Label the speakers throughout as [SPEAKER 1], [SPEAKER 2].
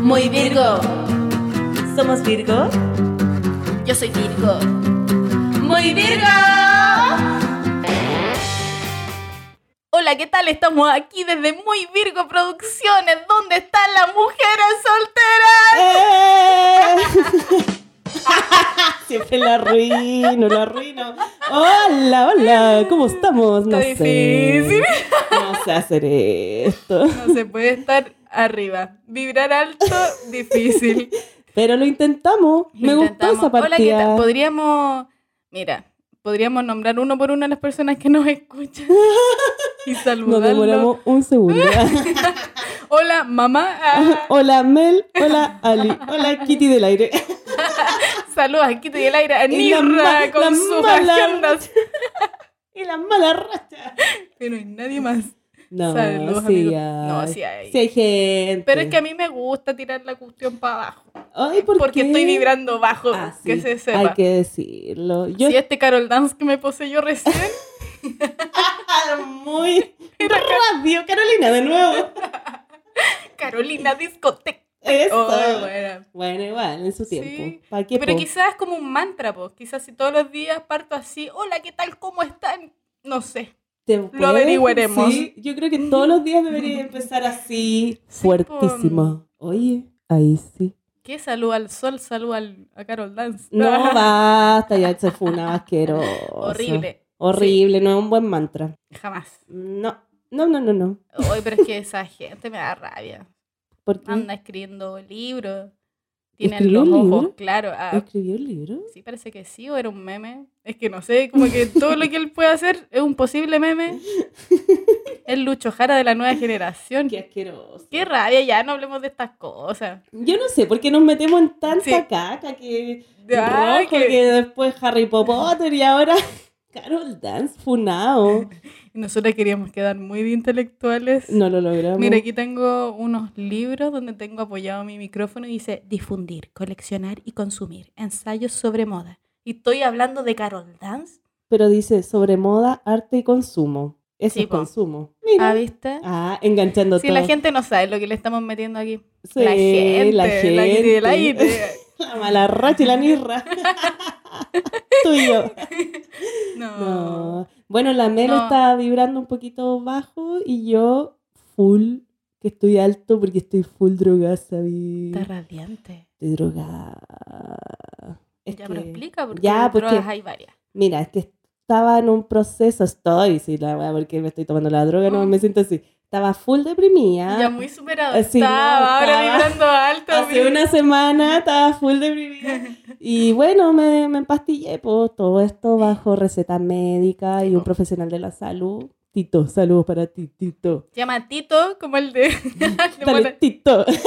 [SPEAKER 1] Muy Virgo.
[SPEAKER 2] ¿Somos Virgo?
[SPEAKER 1] Yo soy Virgo. Muy Virgo. Hola, ¿qué tal? Estamos aquí desde Muy Virgo Producciones. ¿Dónde están las mujeres solteras?
[SPEAKER 2] ¡Eh! Siempre la arruino, la arruino. Hola, hola, ¿cómo estamos? No
[SPEAKER 1] Está
[SPEAKER 2] sé.
[SPEAKER 1] difícil.
[SPEAKER 2] No sé hacer esto.
[SPEAKER 1] No se puede estar arriba. Vibrar alto, difícil.
[SPEAKER 2] Pero lo intentamos. Me
[SPEAKER 1] Lo
[SPEAKER 2] gustó
[SPEAKER 1] intentamos.
[SPEAKER 2] esa
[SPEAKER 1] Hola, ¿qué tal?
[SPEAKER 2] partida.
[SPEAKER 1] Podríamos, mira, podríamos nombrar uno por uno a las personas que nos escuchan y
[SPEAKER 2] Nos
[SPEAKER 1] saludarlos.
[SPEAKER 2] demoramos un segundo.
[SPEAKER 1] Hola, mamá. Ah,
[SPEAKER 2] hola Mel, hola Ali, hola Kitty del aire.
[SPEAKER 1] saludos aquí te di el aire a
[SPEAKER 2] Y la
[SPEAKER 1] Nirra
[SPEAKER 2] ma- la
[SPEAKER 1] con sus
[SPEAKER 2] mala-
[SPEAKER 1] agendas.
[SPEAKER 2] y las malas rachas.
[SPEAKER 1] Pero hay nadie más.
[SPEAKER 2] No,
[SPEAKER 1] Saludos,
[SPEAKER 2] sí,
[SPEAKER 1] amigos.
[SPEAKER 2] hay.
[SPEAKER 1] No, sí hay.
[SPEAKER 2] gente.
[SPEAKER 1] Pero es que a mí me gusta tirar la cuestión para abajo.
[SPEAKER 2] Ay, ¿por
[SPEAKER 1] porque
[SPEAKER 2] qué?
[SPEAKER 1] estoy vibrando bajo,
[SPEAKER 2] Ah, sí,
[SPEAKER 1] que se sepa.
[SPEAKER 2] Hay que decirlo. Yo
[SPEAKER 1] Si este Carol Dance que me poseyó recién,
[SPEAKER 2] estaba muy radio, Carolina, de nuevo.
[SPEAKER 1] Carolina Discoteca.
[SPEAKER 2] Eso.
[SPEAKER 1] Oh,
[SPEAKER 2] bueno.
[SPEAKER 1] bueno.
[SPEAKER 2] igual, en su
[SPEAKER 1] Sí.
[SPEAKER 2] tiempo. ¿Para qué?
[SPEAKER 1] Pero
[SPEAKER 2] po?
[SPEAKER 1] quizás es como un mantra, pues. Quizás si todos los días parto así, hola, ¿qué tal? ¿Cómo están? No sé.
[SPEAKER 2] ¿Te puedes?
[SPEAKER 1] averiguaremos.
[SPEAKER 2] Sí, yo creo que todos los días debería empezar así,
[SPEAKER 1] Sí,
[SPEAKER 2] fuertísimo. Oye, ahí sí.
[SPEAKER 1] ¿Qué salud al sol, salud al, a Carol Dance?
[SPEAKER 2] No basta, ya se fue una asquerosa.
[SPEAKER 1] Horrible.
[SPEAKER 2] Horrible, no es un buen mantra.
[SPEAKER 1] Jamás.
[SPEAKER 2] No, no, no, no, no.
[SPEAKER 1] Hoy, pero es que esa gente me da rabia.
[SPEAKER 2] Porque
[SPEAKER 1] Anda escribiendo libros. Tienen
[SPEAKER 2] ¿Mm? ¿Escribió
[SPEAKER 1] los
[SPEAKER 2] un
[SPEAKER 1] ojos
[SPEAKER 2] libro?
[SPEAKER 1] claros. Ah,
[SPEAKER 2] escribió el libro.
[SPEAKER 1] sí, parece que sí, o era un meme. Es que no sé, como que todo lo que él puede hacer es un posible meme. Es Lucho Jara de la nueva generación.
[SPEAKER 2] Qué asqueroso.
[SPEAKER 1] Qué rabia, ya no hablemos de estas cosas.
[SPEAKER 2] Yo no sé por qué nos metemos en tanta
[SPEAKER 1] Sí.
[SPEAKER 2] caca que
[SPEAKER 1] Ya,
[SPEAKER 2] rojo,
[SPEAKER 1] que-
[SPEAKER 2] que... después Harry Potter y ahora Carol Dance funao.
[SPEAKER 1] Y Nosotras queríamos quedar muy de intelectuales.
[SPEAKER 2] No lo logramos.
[SPEAKER 1] Mira, aquí tengo unos libros donde tengo apoyado mi micrófono y dice difundir, coleccionar y consumir. Ensayos sobre moda. Y estoy hablando de Carol Dance.
[SPEAKER 2] Pero dice sobre moda, arte y consumo. Eso
[SPEAKER 1] Sí,
[SPEAKER 2] es
[SPEAKER 1] po.
[SPEAKER 2] consumo. Mira.
[SPEAKER 1] ¿Ah,
[SPEAKER 2] Ah,
[SPEAKER 1] viste?
[SPEAKER 2] enganchando
[SPEAKER 1] Si
[SPEAKER 2] todo.
[SPEAKER 1] la gente no sabe lo que le estamos metiendo aquí.
[SPEAKER 2] Sí,
[SPEAKER 1] la gente. La gente. del aire.
[SPEAKER 2] La mala racha y la nirra. Tuyo.
[SPEAKER 1] No.
[SPEAKER 2] No. Bueno, la Melo
[SPEAKER 1] No.
[SPEAKER 2] está vibrando un poquito bajo y yo full, que estoy alto porque estoy full drogada, ¿sabí?
[SPEAKER 1] Está radiante.
[SPEAKER 2] Estoy drogada. Es
[SPEAKER 1] ya me lo
[SPEAKER 2] que-
[SPEAKER 1] explica porque,
[SPEAKER 2] ya, porque-
[SPEAKER 1] drogas hay varias.
[SPEAKER 2] Mira, es que estaba en un proceso, estoy, sí, la weá, porque me estoy tomando la droga, no
[SPEAKER 1] Mm.
[SPEAKER 2] me siento así. Estaba full deprimida.
[SPEAKER 1] Ya muy superado.
[SPEAKER 2] Eh, Sí, no,
[SPEAKER 1] estaba, ahora
[SPEAKER 2] estaba-
[SPEAKER 1] vibrando alto.
[SPEAKER 2] Hace
[SPEAKER 1] mira.
[SPEAKER 2] una semana estaba full deprimida. Y bueno, me, me empastillé, pues, todo esto bajo receta médica y un profesional de la salud. Tito, saludos para ti, Tito.
[SPEAKER 1] Llama Tito, como el de. de
[SPEAKER 2] Dale,
[SPEAKER 1] Mona-
[SPEAKER 2] Tito.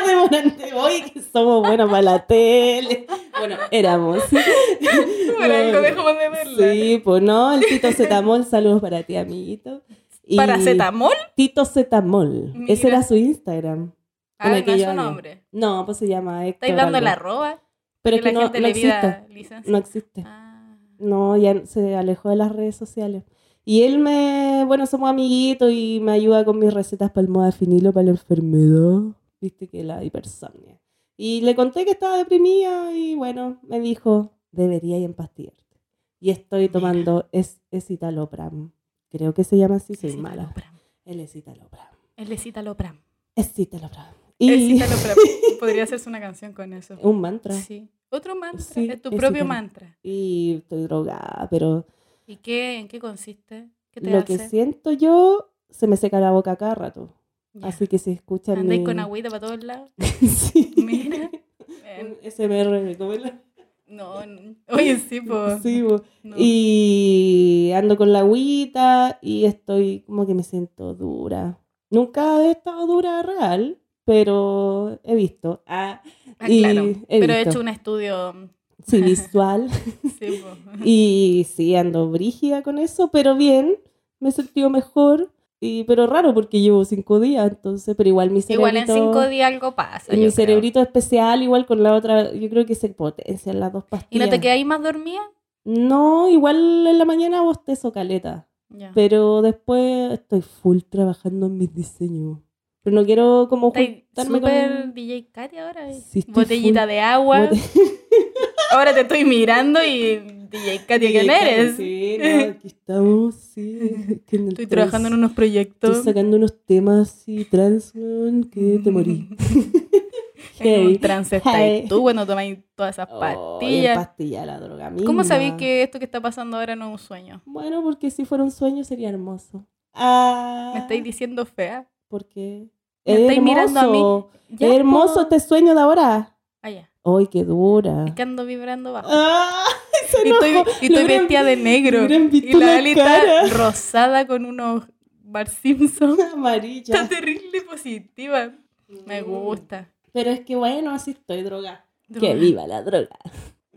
[SPEAKER 2] de Morante, oye, que somos buenos para la tele. Bueno, éramos.
[SPEAKER 1] Por algo dejamos de verla.
[SPEAKER 2] Sí, pues no, el Tito Zetamol, saludos para ti, amiguito. Y
[SPEAKER 1] ¿Paracetamol?
[SPEAKER 2] Tito Zetamol, ese
[SPEAKER 1] Mira.
[SPEAKER 2] era su Instagram.
[SPEAKER 1] Ah,
[SPEAKER 2] en
[SPEAKER 1] no
[SPEAKER 2] aquella
[SPEAKER 1] es su
[SPEAKER 2] área.
[SPEAKER 1] nombre.
[SPEAKER 2] No, pues se llama Héctor.
[SPEAKER 1] Estáis dando
[SPEAKER 2] algo.
[SPEAKER 1] la arroba.
[SPEAKER 2] Pero es
[SPEAKER 1] que
[SPEAKER 2] que
[SPEAKER 1] la
[SPEAKER 2] no,
[SPEAKER 1] gente
[SPEAKER 2] no
[SPEAKER 1] le
[SPEAKER 2] existe.
[SPEAKER 1] pida licencia.
[SPEAKER 2] No existe.
[SPEAKER 1] Ah.
[SPEAKER 2] No, ya se alejó de las redes sociales. Y él me, bueno, somos amiguitos y me ayuda con mis recetas para el modafinilo, para la enfermedad, viste que la hipersomnia. Y le conté que estaba deprimida y bueno, me dijo, debería ir empastillarte. Y estoy
[SPEAKER 1] Mira.
[SPEAKER 2] tomando es, escitalopram. Creo que se llama así, soy mala.
[SPEAKER 1] Escitalopram.
[SPEAKER 2] El escitalopram.
[SPEAKER 1] El escitalopram.
[SPEAKER 2] Escitalopram. Y
[SPEAKER 1] Escitalopram. Podría hacerse una canción con eso.
[SPEAKER 2] un mantra.
[SPEAKER 1] Sí. Otro mantra.
[SPEAKER 2] Sí,
[SPEAKER 1] es tu
[SPEAKER 2] escitalopram.
[SPEAKER 1] propio mantra.
[SPEAKER 2] Y estoy drogada, pero
[SPEAKER 1] ¿Y qué, en qué consiste? ¿Qué te
[SPEAKER 2] lo
[SPEAKER 1] hace?
[SPEAKER 2] que siento yo, se me seca la boca cada rato.
[SPEAKER 1] Ya.
[SPEAKER 2] Así que se escucha mi...
[SPEAKER 1] Andáis con agüita para todos lados.
[SPEAKER 2] sí.
[SPEAKER 1] Mira. Eh,
[SPEAKER 2] Un SMR, ¿cómo es la-
[SPEAKER 1] no, no. Oye, sí, pues.
[SPEAKER 2] Sí, bo.
[SPEAKER 1] No.
[SPEAKER 2] Y ando con la agüita y estoy como que me siento dura. Nunca he estado dura real, pero he visto. Ah,
[SPEAKER 1] Ah,
[SPEAKER 2] y
[SPEAKER 1] claro.
[SPEAKER 2] he
[SPEAKER 1] Pero he
[SPEAKER 2] visto.
[SPEAKER 1] hecho un estudio.
[SPEAKER 2] sí, visual.
[SPEAKER 1] Sí, pues.
[SPEAKER 2] y sí, ando brígida con eso, pero bien, me he sentido mejor. Y, pero raro porque llevo cinco días, entonces, pero igual mi cerebrito...
[SPEAKER 1] Igual en cinco días algo pasa.
[SPEAKER 2] Y
[SPEAKER 1] yo
[SPEAKER 2] mi
[SPEAKER 1] creo.
[SPEAKER 2] cerebrito especial, igual con la otra, yo creo que se potencian las dos pastillas.
[SPEAKER 1] ¿Y no te quedáis más dormida?
[SPEAKER 2] No, igual en la mañana bostezo caleta.
[SPEAKER 1] Ya.
[SPEAKER 2] Pero después estoy full trabajando en mis diseños. Pero no quiero como
[SPEAKER 1] Estoy
[SPEAKER 2] juntarme con...
[SPEAKER 1] súper DJ Katy ahora. eh.
[SPEAKER 2] Sí, estoy
[SPEAKER 1] Botellita
[SPEAKER 2] full-
[SPEAKER 1] de agua.
[SPEAKER 2] bote-
[SPEAKER 1] Ahora te estoy mirando y DJ Katy, ¿quién
[SPEAKER 2] Sí,
[SPEAKER 1] eres?
[SPEAKER 2] Sí, no, aquí estamos, sí. que en el
[SPEAKER 1] Estoy
[SPEAKER 2] trans-
[SPEAKER 1] trabajando en unos
[SPEAKER 2] Estoy
[SPEAKER 1] proyectos.
[SPEAKER 2] sacando unos temas así trans, weón, que te morí.
[SPEAKER 1] Mm. En
[SPEAKER 2] Hey,
[SPEAKER 1] un trance estás
[SPEAKER 2] hey.
[SPEAKER 1] tú cuando tomáis todas esas
[SPEAKER 2] Oh, y
[SPEAKER 1] pastillas.
[SPEAKER 2] empastilla la droga
[SPEAKER 1] ¿Cómo
[SPEAKER 2] misma.
[SPEAKER 1] sabéis que esto que está pasando ahora no es un sueño?
[SPEAKER 2] Bueno, porque si fuera un sueño sería hermoso. Ah,
[SPEAKER 1] Me estáis diciendo fea.
[SPEAKER 2] Porque
[SPEAKER 1] Me
[SPEAKER 2] es
[SPEAKER 1] estáis
[SPEAKER 2] hermoso.
[SPEAKER 1] mirando a mí. Ya,
[SPEAKER 2] Es hermoso
[SPEAKER 1] po.
[SPEAKER 2] este sueño de ahora.
[SPEAKER 1] Ah, ya.
[SPEAKER 2] Ay, qué dura.
[SPEAKER 1] Es que ando vibrando bajo.
[SPEAKER 2] Ah, se
[SPEAKER 1] y estoy,
[SPEAKER 2] enojó.
[SPEAKER 1] y estoy
[SPEAKER 2] Le hubieran-
[SPEAKER 1] vestida de
[SPEAKER 2] le
[SPEAKER 1] negro.
[SPEAKER 2] hubieran
[SPEAKER 1] Y
[SPEAKER 2] visto
[SPEAKER 1] la Ali
[SPEAKER 2] cara
[SPEAKER 1] está rosada con unos Bar Simpson. Está
[SPEAKER 2] amarilla.
[SPEAKER 1] terrible positiva. Me gusta.
[SPEAKER 2] Pero es que bueno, así estoy droga.
[SPEAKER 1] Droga.
[SPEAKER 2] Que viva la droga.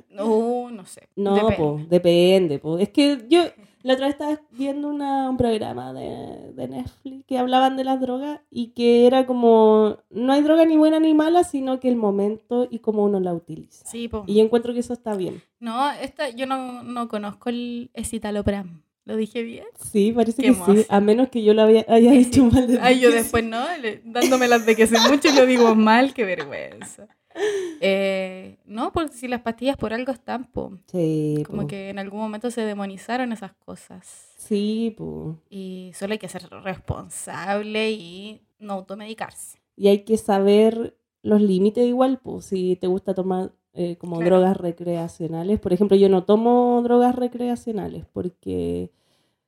[SPEAKER 1] No, no sé.
[SPEAKER 2] No,
[SPEAKER 1] Depende.
[SPEAKER 2] po, depende, po. Es que yo la otra vez estaba viendo una- un programa de, de Netflix que hablaban de las drogas y que era como, no hay droga ni buena ni mala, sino que el momento y cómo uno la utiliza.
[SPEAKER 1] Sí, po.
[SPEAKER 2] Y yo encuentro que eso está bien.
[SPEAKER 1] No, esta, yo no, no conozco el escitalopram. ¿Lo dije bien?
[SPEAKER 2] Sí, parece
[SPEAKER 1] Qué
[SPEAKER 2] que sí,
[SPEAKER 1] hermoso.
[SPEAKER 2] a menos que yo lo había- haya
[SPEAKER 1] Sí.
[SPEAKER 2] dicho mal de
[SPEAKER 1] Ay, yo después no, le- dándome las de que sé mucho y lo digo mal, qué vergüenza. Eh, no, porque si las pastillas por algo están, po.
[SPEAKER 2] Sí,
[SPEAKER 1] Como
[SPEAKER 2] po.
[SPEAKER 1] que en algún momento se demonizaron esas cosas.
[SPEAKER 2] Sí, po.
[SPEAKER 1] Y solo hay que ser responsable y no automedicarse.
[SPEAKER 2] Y hay que saber los límites igual, pues si te gusta tomar eh, como
[SPEAKER 1] Claro.
[SPEAKER 2] drogas recreacionales. Por ejemplo, yo no tomo drogas recreacionales porque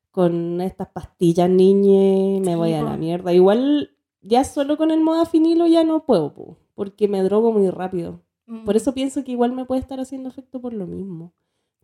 [SPEAKER 2] con estas pastillas niñe me
[SPEAKER 1] Sí,
[SPEAKER 2] voy a
[SPEAKER 1] po.
[SPEAKER 2] la mierda. Igual ya solo con el modafinilo ya no puedo, po, porque me drogo muy rápido.
[SPEAKER 1] Mm,
[SPEAKER 2] Por eso pienso que igual me puede estar haciendo efecto por lo mismo.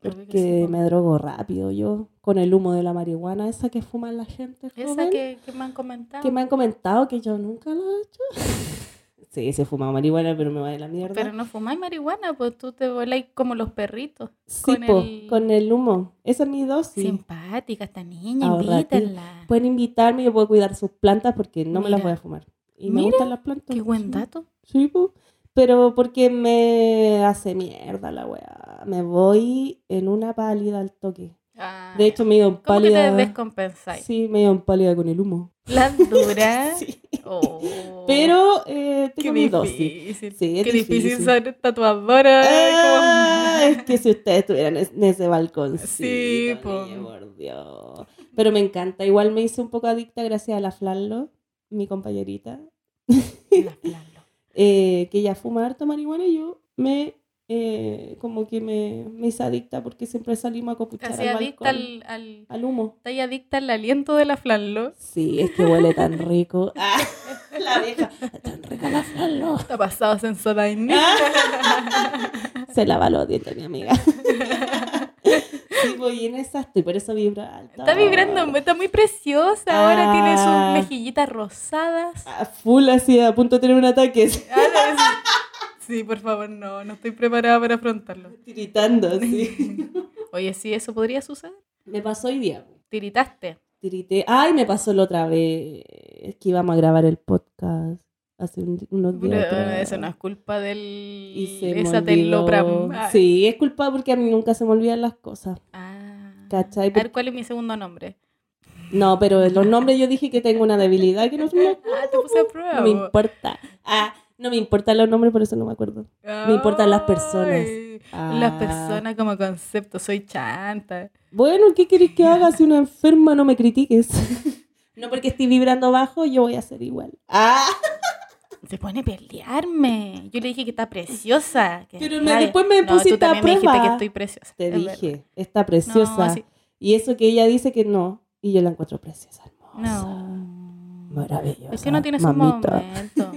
[SPEAKER 1] Obvio que
[SPEAKER 2] Porque
[SPEAKER 1] sí, po.
[SPEAKER 2] me drogo rápido yo con el humo de la marihuana, esa que fuma la gente.
[SPEAKER 1] Esa
[SPEAKER 2] joven
[SPEAKER 1] que, que me han comentado.
[SPEAKER 2] que me han comentado que yo nunca lo he hecho. sí, se fuma marihuana, pero me va de la mierda.
[SPEAKER 1] Pero no fumáis marihuana, pues tú te voláis como los perritos.
[SPEAKER 2] sí,
[SPEAKER 1] con
[SPEAKER 2] con,
[SPEAKER 1] el-
[SPEAKER 2] el... con el humo. Esa es mi dosis.
[SPEAKER 1] Simpática esta niña,
[SPEAKER 2] Ahorrativa.
[SPEAKER 1] invítenla.
[SPEAKER 2] Pueden invitarme, yo puedo cuidar sus plantas porque no me las
[SPEAKER 1] Mira.
[SPEAKER 2] voy a fumar. Y me
[SPEAKER 1] Mira,
[SPEAKER 2] gustan las plantas.
[SPEAKER 1] Qué
[SPEAKER 2] sí.
[SPEAKER 1] buen dato.
[SPEAKER 2] Sí, po. Pero porque me hace mierda la weá. Me voy en una pálida al toque.
[SPEAKER 1] Ah,
[SPEAKER 2] De hecho, me dio en
[SPEAKER 1] ¿cómo que te
[SPEAKER 2] pálida.
[SPEAKER 1] descompensáis?
[SPEAKER 2] sí, me dio en pálida con el humo.
[SPEAKER 1] Las duras.
[SPEAKER 2] Sí.
[SPEAKER 1] Oh,
[SPEAKER 2] Pero eh,
[SPEAKER 1] qué
[SPEAKER 2] tengo mi dosis.
[SPEAKER 1] difícil.
[SPEAKER 2] Sí,
[SPEAKER 1] qué
[SPEAKER 2] es
[SPEAKER 1] difícil,
[SPEAKER 2] difícil.
[SPEAKER 1] ser tatuadora.
[SPEAKER 2] Ah,
[SPEAKER 1] como-
[SPEAKER 2] es que si ustedes estuvieran es- en ese balcón.
[SPEAKER 1] Sí,
[SPEAKER 2] Sí,
[SPEAKER 1] po.
[SPEAKER 2] por Dios. Pero me encanta. Igual me hice un poco adicta gracias a la Flallo, mi compañerita,
[SPEAKER 1] La Flalo.
[SPEAKER 2] eh, que ella fuma harto marihuana y yo me, eh, como que me, me hice adicta porque siempre salimos a copuchar
[SPEAKER 1] Así
[SPEAKER 2] al
[SPEAKER 1] adicta
[SPEAKER 2] balcón,
[SPEAKER 1] al, al-
[SPEAKER 2] al humo.
[SPEAKER 1] está ahí adicta al aliento de la Flanlo.
[SPEAKER 2] Sí, es que huele tan rico. Ah, la vieja, tan rica la Flallo.
[SPEAKER 1] Está pasado Sensodyne.
[SPEAKER 2] Ah. Se lava los dientes, mi amiga. Sí, pues, y en esa estoy, por eso vibra alto.
[SPEAKER 1] Está vibrando, está muy preciosa. Ahora tiene
[SPEAKER 2] Ah.
[SPEAKER 1] sus mejillitas rosadas.
[SPEAKER 2] Ah, full así, a punto de tener un ataque, así,
[SPEAKER 1] Ah, no, es- Sí, por favor, no, no estoy preparada para afrontarlo.
[SPEAKER 2] tiritando así.
[SPEAKER 1] Oye, sí, eso podría suceder.
[SPEAKER 2] Me pasó hoy día.
[SPEAKER 1] Tiritaste.
[SPEAKER 2] Tirité. Ay, me pasó la otra vez. Es que íbamos a grabar el podcast hace un- unos
[SPEAKER 1] Pero,
[SPEAKER 2] días.
[SPEAKER 1] bueno,
[SPEAKER 2] atrás.
[SPEAKER 1] eso no es culpa del.
[SPEAKER 2] Y se me
[SPEAKER 1] esa
[SPEAKER 2] olvidó.
[SPEAKER 1] telopram. Ah,
[SPEAKER 2] Sí, es culpa porque a mí nunca se me olvidan las cosas.
[SPEAKER 1] Ah.
[SPEAKER 2] ¿Cachai?
[SPEAKER 1] A ver, ¿cuál es mi segundo nombre?
[SPEAKER 2] No, pero los nombres yo dije que tengo una debilidad que no se me
[SPEAKER 1] Ah, te puse a prueba.
[SPEAKER 2] No me
[SPEAKER 1] vos.
[SPEAKER 2] importa. Ah, no me importan los nombres, por eso no me acuerdo. me importan las personas.
[SPEAKER 1] Ay, Las
[SPEAKER 2] Ah.
[SPEAKER 1] personas como concepto, soy chanta.
[SPEAKER 2] Bueno, ¿qué querés que haga si una enferma no me critiques? No porque estoy vibrando bajo, yo voy a ser igual. Ah,
[SPEAKER 1] Se pone a pelearme. Yo le dije que está preciosa. que
[SPEAKER 2] Pero me-
[SPEAKER 1] rabia.
[SPEAKER 2] después me
[SPEAKER 1] No, tú
[SPEAKER 2] pusiste a
[SPEAKER 1] también me dijiste
[SPEAKER 2] prueba.
[SPEAKER 1] que estoy preciosa.
[SPEAKER 2] te
[SPEAKER 1] es
[SPEAKER 2] dije,
[SPEAKER 1] verdad.
[SPEAKER 2] está
[SPEAKER 1] No,
[SPEAKER 2] preciosa.
[SPEAKER 1] sí.
[SPEAKER 2] Y eso que ella dice que no, y yo la encuentro preciosa, hermosa.
[SPEAKER 1] No.
[SPEAKER 2] Maravillosa.
[SPEAKER 1] Es que no tienes
[SPEAKER 2] mamita.
[SPEAKER 1] un momento.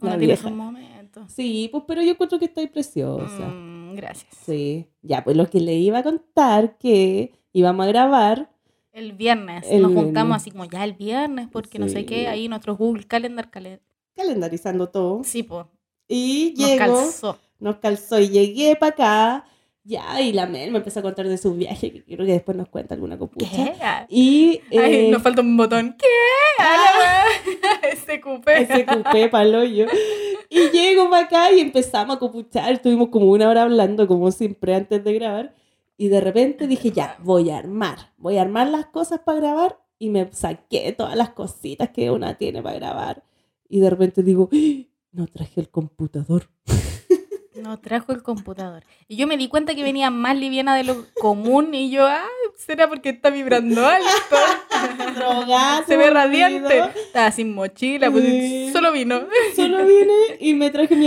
[SPEAKER 2] La
[SPEAKER 1] No tienes
[SPEAKER 2] vieja.
[SPEAKER 1] un momento.
[SPEAKER 2] Sí, pues, pero yo encuentro que estoy preciosa.
[SPEAKER 1] Mm, gracias.
[SPEAKER 2] Sí. Ya, pues lo que le iba a contar que íbamos a grabar.
[SPEAKER 1] El viernes.
[SPEAKER 2] El
[SPEAKER 1] nos
[SPEAKER 2] viernes.
[SPEAKER 1] juntamos así como ya el viernes, porque no sé qué.
[SPEAKER 2] Sí.
[SPEAKER 1] Ahí nuestro Google Calendar. calen-
[SPEAKER 2] Calendarizando todo.
[SPEAKER 1] Sí, po.
[SPEAKER 2] Y
[SPEAKER 1] Nos
[SPEAKER 2] llegó.
[SPEAKER 1] calzó.
[SPEAKER 2] nos calzó y llegué para acá. Ya, y la Mel me empezó a contar de su viaje, que creo que después nos cuenta alguna
[SPEAKER 1] ¿Qué? Ah.
[SPEAKER 2] copucha. Y
[SPEAKER 1] Ay,
[SPEAKER 2] eh, ah.
[SPEAKER 1] nos falta un botón. ¿Qué? A la wea. Ese cupé.
[SPEAKER 2] ese cupé pa'l hoyo. Y llego para acá y empezamos a copuchar. Estuvimos como una hora hablando, como siempre, antes de grabar. Y de repente dije, ya, voy a armar. Voy a armar las cosas para grabar. Y me saqué todas las cositas que una tiene para grabar. Y de repente digo, "¡Ah! no traje el computador.
[SPEAKER 1] No trajo el computador. Y yo me di cuenta que venía más liviana de lo común y yo, ah, será porque está vibrando alto.
[SPEAKER 2] Drogazo,
[SPEAKER 1] Se ve
[SPEAKER 2] olvido.
[SPEAKER 1] radiante. Estaba sin mochila, pues
[SPEAKER 2] Sí.
[SPEAKER 1] solo vino.
[SPEAKER 2] Solo vine y me traje mi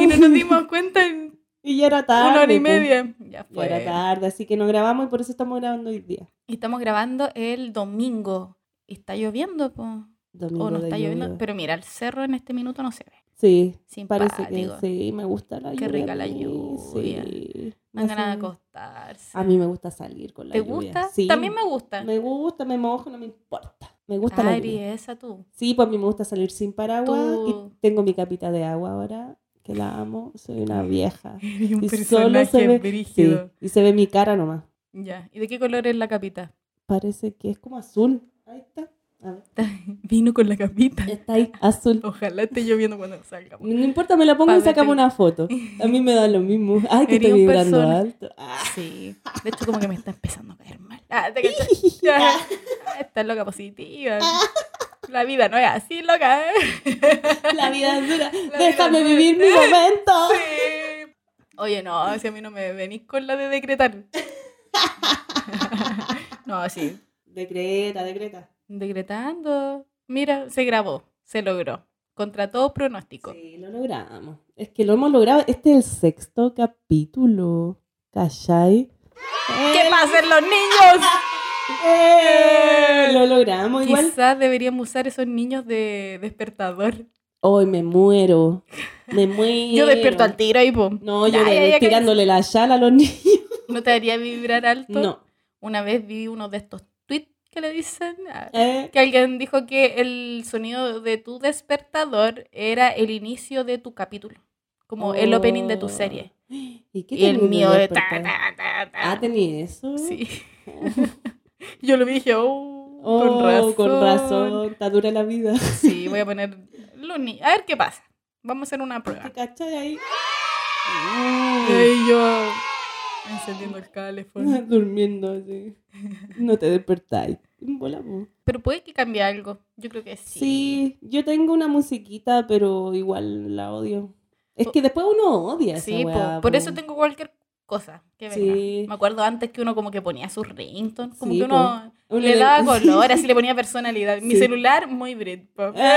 [SPEAKER 1] Y no nos dimos cuenta en
[SPEAKER 2] Y ya era tarde. pues.
[SPEAKER 1] una hora y
[SPEAKER 2] po.
[SPEAKER 1] media. Ya
[SPEAKER 2] Ya era
[SPEAKER 1] fue.
[SPEAKER 2] tarde, así que no grabamos y por eso estamos grabando hoy día.
[SPEAKER 1] Y Estamos grabando el domingo. Y Está lloviendo, po.
[SPEAKER 2] Domingo
[SPEAKER 1] O Oh, no
[SPEAKER 2] de
[SPEAKER 1] está
[SPEAKER 2] lluvia.
[SPEAKER 1] lloviendo. Pero mira, el cerro en este minuto no se ve.
[SPEAKER 2] Sí,
[SPEAKER 1] Simpático.
[SPEAKER 2] parece que sí, me gusta la lluvia.
[SPEAKER 1] Qué rica
[SPEAKER 2] a
[SPEAKER 1] la
[SPEAKER 2] mí,
[SPEAKER 1] lluvia.
[SPEAKER 2] sí.
[SPEAKER 1] No hay ganas de
[SPEAKER 2] Hace-
[SPEAKER 1] acostarse.
[SPEAKER 2] A mí me gusta salir con la
[SPEAKER 1] ¿Te
[SPEAKER 2] lluvia.
[SPEAKER 1] gusta?
[SPEAKER 2] Sí,
[SPEAKER 1] También me gusta.
[SPEAKER 2] Me gusta, me mojo, no me importa. Me gusta la
[SPEAKER 1] Ari,
[SPEAKER 2] lluvia.
[SPEAKER 1] esa tú.
[SPEAKER 2] Sí, pues a mí me gusta salir sin paraguas
[SPEAKER 1] Tú-
[SPEAKER 2] y tengo mi capita de agua ahora, que la amo, soy una vieja.
[SPEAKER 1] Y Mm. un
[SPEAKER 2] Y solo se
[SPEAKER 1] personaje
[SPEAKER 2] ve,
[SPEAKER 1] brígido.
[SPEAKER 2] sí, y se ve mi cara nomás.
[SPEAKER 1] Ya. ¿Y de qué color es la capita?
[SPEAKER 2] Parece que es como azul. Ahí está. A ver.
[SPEAKER 1] Vino con la capita.
[SPEAKER 2] Está ahí, azul.
[SPEAKER 1] Ojalá esté lloviendo cuando salga. po.
[SPEAKER 2] No importa, me la pongo
[SPEAKER 1] Pa'
[SPEAKER 2] y sacamos
[SPEAKER 1] verte.
[SPEAKER 2] una foto. A mí me da lo mismo. Ay, que
[SPEAKER 1] Eres
[SPEAKER 2] estoy
[SPEAKER 1] un
[SPEAKER 2] vibrando
[SPEAKER 1] persona.
[SPEAKER 2] alto. Ah.
[SPEAKER 1] Sí. De hecho, como que me está empezando a caer mal. Ah, te cachai. Ya. Ah, Está loca positiva. La vida no es así, loca. ¿eh?
[SPEAKER 2] La vida es dura.
[SPEAKER 1] vida
[SPEAKER 2] Déjame
[SPEAKER 1] es dura.
[SPEAKER 2] vivir mi momento.
[SPEAKER 1] Sí. Oye, no, si a mí no me venís con la de decretar. No, sí.
[SPEAKER 2] Decreta, decreta.
[SPEAKER 1] Decretando. Mira, se grabó, se logró. Contra todo pronóstico.
[SPEAKER 2] Sí, lo logramos. Es que lo hemos logrado. Este es el sexto capítulo. ¿Cachai?
[SPEAKER 1] ¡Que pasen los niños!
[SPEAKER 2] ¡Eh! Lo logramos igual.
[SPEAKER 1] Quizás deberíamos usar esos niños de despertador.
[SPEAKER 2] Hoy me muero. Me muero.
[SPEAKER 1] Yo despierto al tiro y pum.
[SPEAKER 2] No, yo
[SPEAKER 1] Ya,
[SPEAKER 2] de-
[SPEAKER 1] ya, ya,
[SPEAKER 2] tirándole la yala a los niños.
[SPEAKER 1] ¿No te haría vibrar alto?
[SPEAKER 2] No.
[SPEAKER 1] Una vez vi uno de estos tweets que le dicen ah,
[SPEAKER 2] Eh,
[SPEAKER 1] que alguien dijo que el sonido de tu despertador era el inicio de tu capítulo, como el opening de tu
[SPEAKER 2] oh.
[SPEAKER 1] serie.
[SPEAKER 2] ¿Y qué
[SPEAKER 1] Y el
[SPEAKER 2] tenía
[SPEAKER 1] mío de ta, ta,
[SPEAKER 2] despertar?
[SPEAKER 1] ta, ta.
[SPEAKER 2] Ah, tenía eso.
[SPEAKER 1] Sí.
[SPEAKER 2] Oh.
[SPEAKER 1] Yo lo vi y dije, oh,
[SPEAKER 2] Oh,
[SPEAKER 1] con razón.
[SPEAKER 2] con razón. Está dura la vida.
[SPEAKER 1] Sí, voy a poner los ni- A ver qué pasa. Vamos a hacer una prueba.
[SPEAKER 2] ¿Te cachai ahí?
[SPEAKER 1] Ah. Y yo encendiendo el teléfono.
[SPEAKER 2] Durmiendo así. No te despertáis. Volamos.
[SPEAKER 1] Pero puede que cambie algo. Yo creo que sí.
[SPEAKER 2] Sí, yo tengo una musiquita, pero igual la odio. Es que después uno odia esa
[SPEAKER 1] Oh. Sí, po.
[SPEAKER 2] weá,
[SPEAKER 1] por
[SPEAKER 2] po.
[SPEAKER 1] eso tengo cualquier cosa que venga.
[SPEAKER 2] Sí.
[SPEAKER 1] Me acuerdo antes que uno como que ponía sus ringtones, como
[SPEAKER 2] Sí,
[SPEAKER 1] que uno
[SPEAKER 2] Uno
[SPEAKER 1] le
[SPEAKER 2] le-
[SPEAKER 1] daba color, así le ponía personalidad. Mi
[SPEAKER 2] Sí.
[SPEAKER 1] celular, muy Britpop.
[SPEAKER 2] Ah.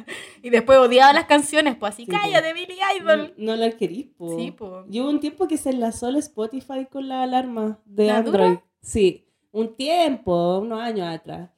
[SPEAKER 1] y después odiaba las canciones, pues así,
[SPEAKER 2] Sí, po.
[SPEAKER 1] cállate, Billy Idol.
[SPEAKER 2] No la querís, po.
[SPEAKER 1] Sí, po.
[SPEAKER 2] Yo hubo un tiempo que se enlazó el Spotify con la alarma de
[SPEAKER 1] ¿La
[SPEAKER 2] Android. Sí, un tiempo, unos años atrás.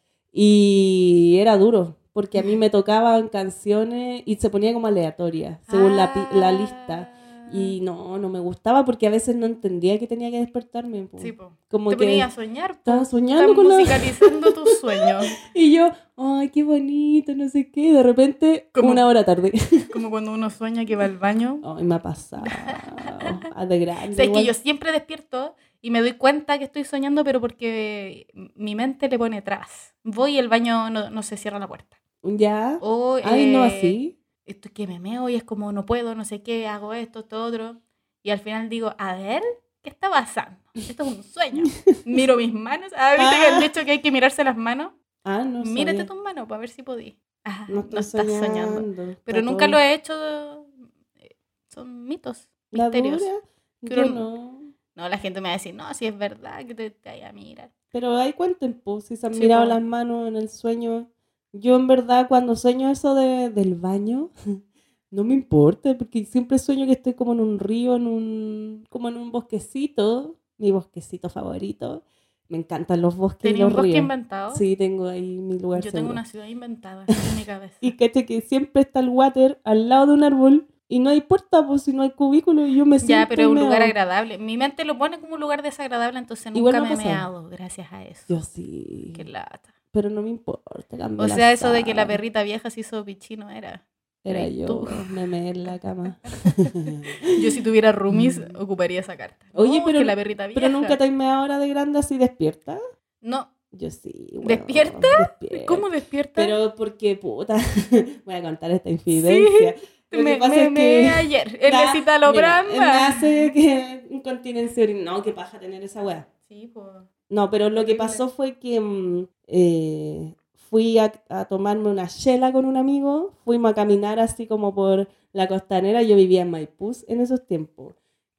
[SPEAKER 2] Y era duro, porque a mí me tocaban canciones y se ponía como aleatoria, según la, pi- la lista.
[SPEAKER 1] Ah.
[SPEAKER 2] Y no, no me gustaba porque a veces no entendía que tenía que despertarme. po.
[SPEAKER 1] Sí, po.
[SPEAKER 2] como
[SPEAKER 1] Te
[SPEAKER 2] que
[SPEAKER 1] ponía a soñar, po.
[SPEAKER 2] estaba soñando
[SPEAKER 1] Estás
[SPEAKER 2] con la...
[SPEAKER 1] musicalizando tus sueños.
[SPEAKER 2] Y yo, ay, qué bonito, no sé qué. De repente,
[SPEAKER 1] Como-
[SPEAKER 2] una hora tarde.
[SPEAKER 1] Como cuando uno sueña que va al baño.
[SPEAKER 2] Ay, me ha pasado. A de grande.
[SPEAKER 1] O sea, es que
[SPEAKER 2] igual.
[SPEAKER 1] yo siempre despierto y me doy cuenta que estoy soñando, pero porque mi mente le pone trabas. Voy y el baño no, no se cierra la puerta.
[SPEAKER 2] Ya.
[SPEAKER 1] O,
[SPEAKER 2] Ay, no
[SPEAKER 1] eh,
[SPEAKER 2] así.
[SPEAKER 1] Esto que me meo y es como no puedo, no sé qué, hago esto, esto, otro. Y al final digo, a ver, ¿qué está pasando? Esto es un sueño. Miro mis manos. Ah, ¿viste que han dicho que hay que mirarse las manos?
[SPEAKER 2] Ah, no
[SPEAKER 1] Mírate
[SPEAKER 2] sabía.
[SPEAKER 1] tus manos para ver si podí. Ah,
[SPEAKER 2] No
[SPEAKER 1] no,
[SPEAKER 2] estoy
[SPEAKER 1] estás soñando.
[SPEAKER 2] soñando.
[SPEAKER 1] Pero
[SPEAKER 2] Está
[SPEAKER 1] nunca
[SPEAKER 2] todo-
[SPEAKER 1] lo he hecho. eh, Son mitos.
[SPEAKER 2] ¿La
[SPEAKER 1] misterios.
[SPEAKER 2] dura? Yo
[SPEAKER 1] Pero-
[SPEAKER 2] no.
[SPEAKER 1] No, la gente me va a decir, no, si es verdad que te, te vaya a mirar.
[SPEAKER 2] Pero ahí cuenten, pues, si se han
[SPEAKER 1] Sí,
[SPEAKER 2] mirado
[SPEAKER 1] po.
[SPEAKER 2] las manos en el sueño. Yo, en verdad, cuando sueño eso de, del baño, no me importa, porque siempre sueño que estoy como en un río, en un, como en un bosquecito, mi bosquecito favorito. Me encantan los bosques y
[SPEAKER 1] ¿Tenía
[SPEAKER 2] los
[SPEAKER 1] un bosque
[SPEAKER 2] ríos.
[SPEAKER 1] inventado?
[SPEAKER 2] Sí, tengo ahí mi lugar
[SPEAKER 1] Yo tengo
[SPEAKER 2] seguro.
[SPEAKER 1] una ciudad inventada en mi cabeza.
[SPEAKER 2] Y caché que siempre está el water al lado de un árbol y no hay puerta, pues, si no hay cubículo y yo me siento
[SPEAKER 1] ya, pero
[SPEAKER 2] y
[SPEAKER 1] es un
[SPEAKER 2] meo.
[SPEAKER 1] lugar agradable. Mi mente lo pone como un lugar desagradable, entonces nunca
[SPEAKER 2] Igual me
[SPEAKER 1] me
[SPEAKER 2] ha
[SPEAKER 1] he
[SPEAKER 2] pasado.
[SPEAKER 1] meado gracias a eso.
[SPEAKER 2] Yo sí.
[SPEAKER 1] Qué lata.
[SPEAKER 2] Pero no me importa. cambio
[SPEAKER 1] O
[SPEAKER 2] la
[SPEAKER 1] sea, eso de que la
[SPEAKER 2] sábana.
[SPEAKER 1] perrita vieja se hizo pichino era.
[SPEAKER 2] Era
[SPEAKER 1] eres
[SPEAKER 2] yo,
[SPEAKER 1] tú.
[SPEAKER 2] me meé en la cama.
[SPEAKER 1] Yo si tuviera roomies,
[SPEAKER 2] Mm.
[SPEAKER 1] ocuparía esa carta.
[SPEAKER 2] Oye,
[SPEAKER 1] No,
[SPEAKER 2] pero-
[SPEAKER 1] que la perrita vieja.
[SPEAKER 2] Pero nunca te me ahora de grande así despierta.
[SPEAKER 1] No,
[SPEAKER 2] Yo sí. weón,
[SPEAKER 1] ¿Despierta?
[SPEAKER 2] despierta.
[SPEAKER 1] ¿cómo despierta?
[SPEAKER 2] Eh, Pero porque puta, voy a contar esta infidencia. Lo que
[SPEAKER 1] me
[SPEAKER 2] pasa
[SPEAKER 1] me
[SPEAKER 2] es
[SPEAKER 1] meé
[SPEAKER 2] que
[SPEAKER 1] ayer, en
[SPEAKER 2] da-
[SPEAKER 1] la cita lo
[SPEAKER 2] mira, Me
[SPEAKER 1] bramba.
[SPEAKER 2] hace que incontinencia urinaria. No, qué paja tener esa weá.
[SPEAKER 1] Sí, pues.
[SPEAKER 2] No, pero lo que
[SPEAKER 1] Horrible.
[SPEAKER 2] pasó fue que mm, eh, fui a, a tomarme una chela con un amigo, fuimos a caminar así como por la costanera, yo vivía en Maipú en esos tiempos.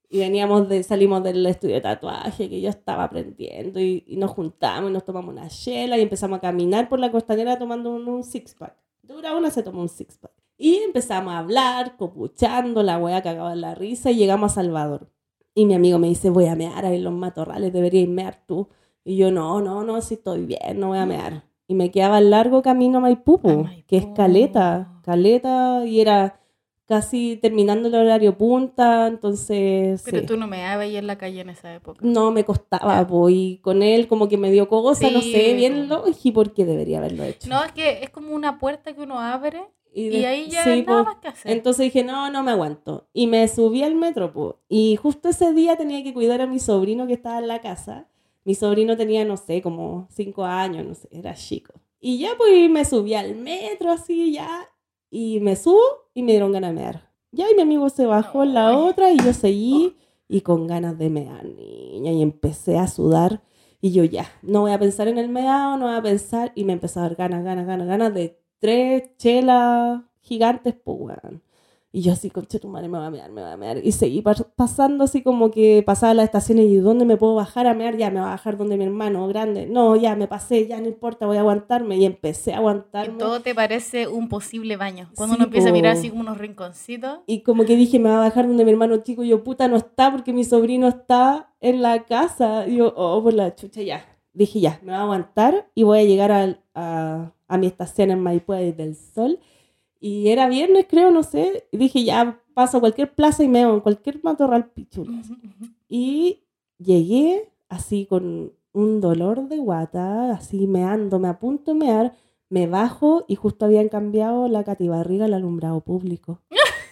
[SPEAKER 2] Y veníamos de, salimos del estudio de tatuaje que yo estaba aprendiendo y, y nos juntamos y nos tomamos una chela y empezamos a caminar por la costanera tomando un, un six-pack. Dura una se tomó un six-pack. Y empezamos a hablar, copuchando, la wea cagaba en la risa y llegamos a Salvador. Y mi amigo me dice, voy a mear ahí en los matorrales, deberías mear tú. Y yo, no, no, no, si estoy bien, no voy a mear. Y me quedaba el largo camino a Maipú, po,
[SPEAKER 1] A Maipú.
[SPEAKER 2] que es caleta, caleta, y era casi terminando el horario punta, entonces...
[SPEAKER 1] Pero
[SPEAKER 2] sí.
[SPEAKER 1] tú no me dabas ahí en la calle en esa época.
[SPEAKER 2] No, me costaba, po, y con él como que me dio cosa, no
[SPEAKER 1] Sí,
[SPEAKER 2] sé, bien
[SPEAKER 1] po.
[SPEAKER 2] longe, porque debería haberlo hecho.
[SPEAKER 1] No, es que es como una puerta que uno abre
[SPEAKER 2] y,
[SPEAKER 1] y
[SPEAKER 2] de-
[SPEAKER 1] ahí ya
[SPEAKER 2] sí,
[SPEAKER 1] nada
[SPEAKER 2] po.
[SPEAKER 1] más que hacer.
[SPEAKER 2] Entonces dije, no, no me aguanto. Y me subí al metro, po. Y justo ese día tenía que cuidar a mi sobrino que estaba en la casa. Mi sobrino tenía, no sé, como cinco años, no sé, era chico. Y ya, pues, me subí al metro, así, ya. Y me subo y me dieron ganas de mear. Ya, y mi amigo se bajó en la
[SPEAKER 1] Ay.
[SPEAKER 2] otra y yo seguí y con ganas de mear, niña. Y empecé a sudar. Y yo ya, no voy a pensar en el meado, no voy a pensar. Y me empezó a dar ganas, ganas, ganas, ganas de tres chelas gigantes, pues, weón. Y yo así, conche tu madre, me va a mear, me va a mear. Y seguí pas- pasando así como que pasaba las estaciones y ¿dónde me puedo bajar a mear? Ya, me va a bajar donde mi hermano grande. No, ya, me pasé, ya no importa, voy a aguantarme. Y empecé a
[SPEAKER 1] Y
[SPEAKER 2] aguantarme.
[SPEAKER 1] todo te parece un posible baño. Cuando
[SPEAKER 2] Sí,
[SPEAKER 1] uno empieza a mirar
[SPEAKER 2] po.
[SPEAKER 1] así como unos rinconcitos.
[SPEAKER 2] Y como que dije, me va a bajar donde mi hermano chico. Y yo, puta, no está porque mi sobrino está en la casa. Y yo, oh, por la chucha, ya. Dije, ya, me va a aguantar y voy a llegar al- a, a mi estación en Maipú desde el sol. Y era viernes, creo, no sé. Y dije, ya, paso a cualquier plaza y meo en cualquier matorral pichula.
[SPEAKER 1] Ujú, ujú.
[SPEAKER 2] Y llegué así con un dolor de guata, así meando, me apunto a mear, me bajo y justo habían cambiado la catibarriga al alumbrado público.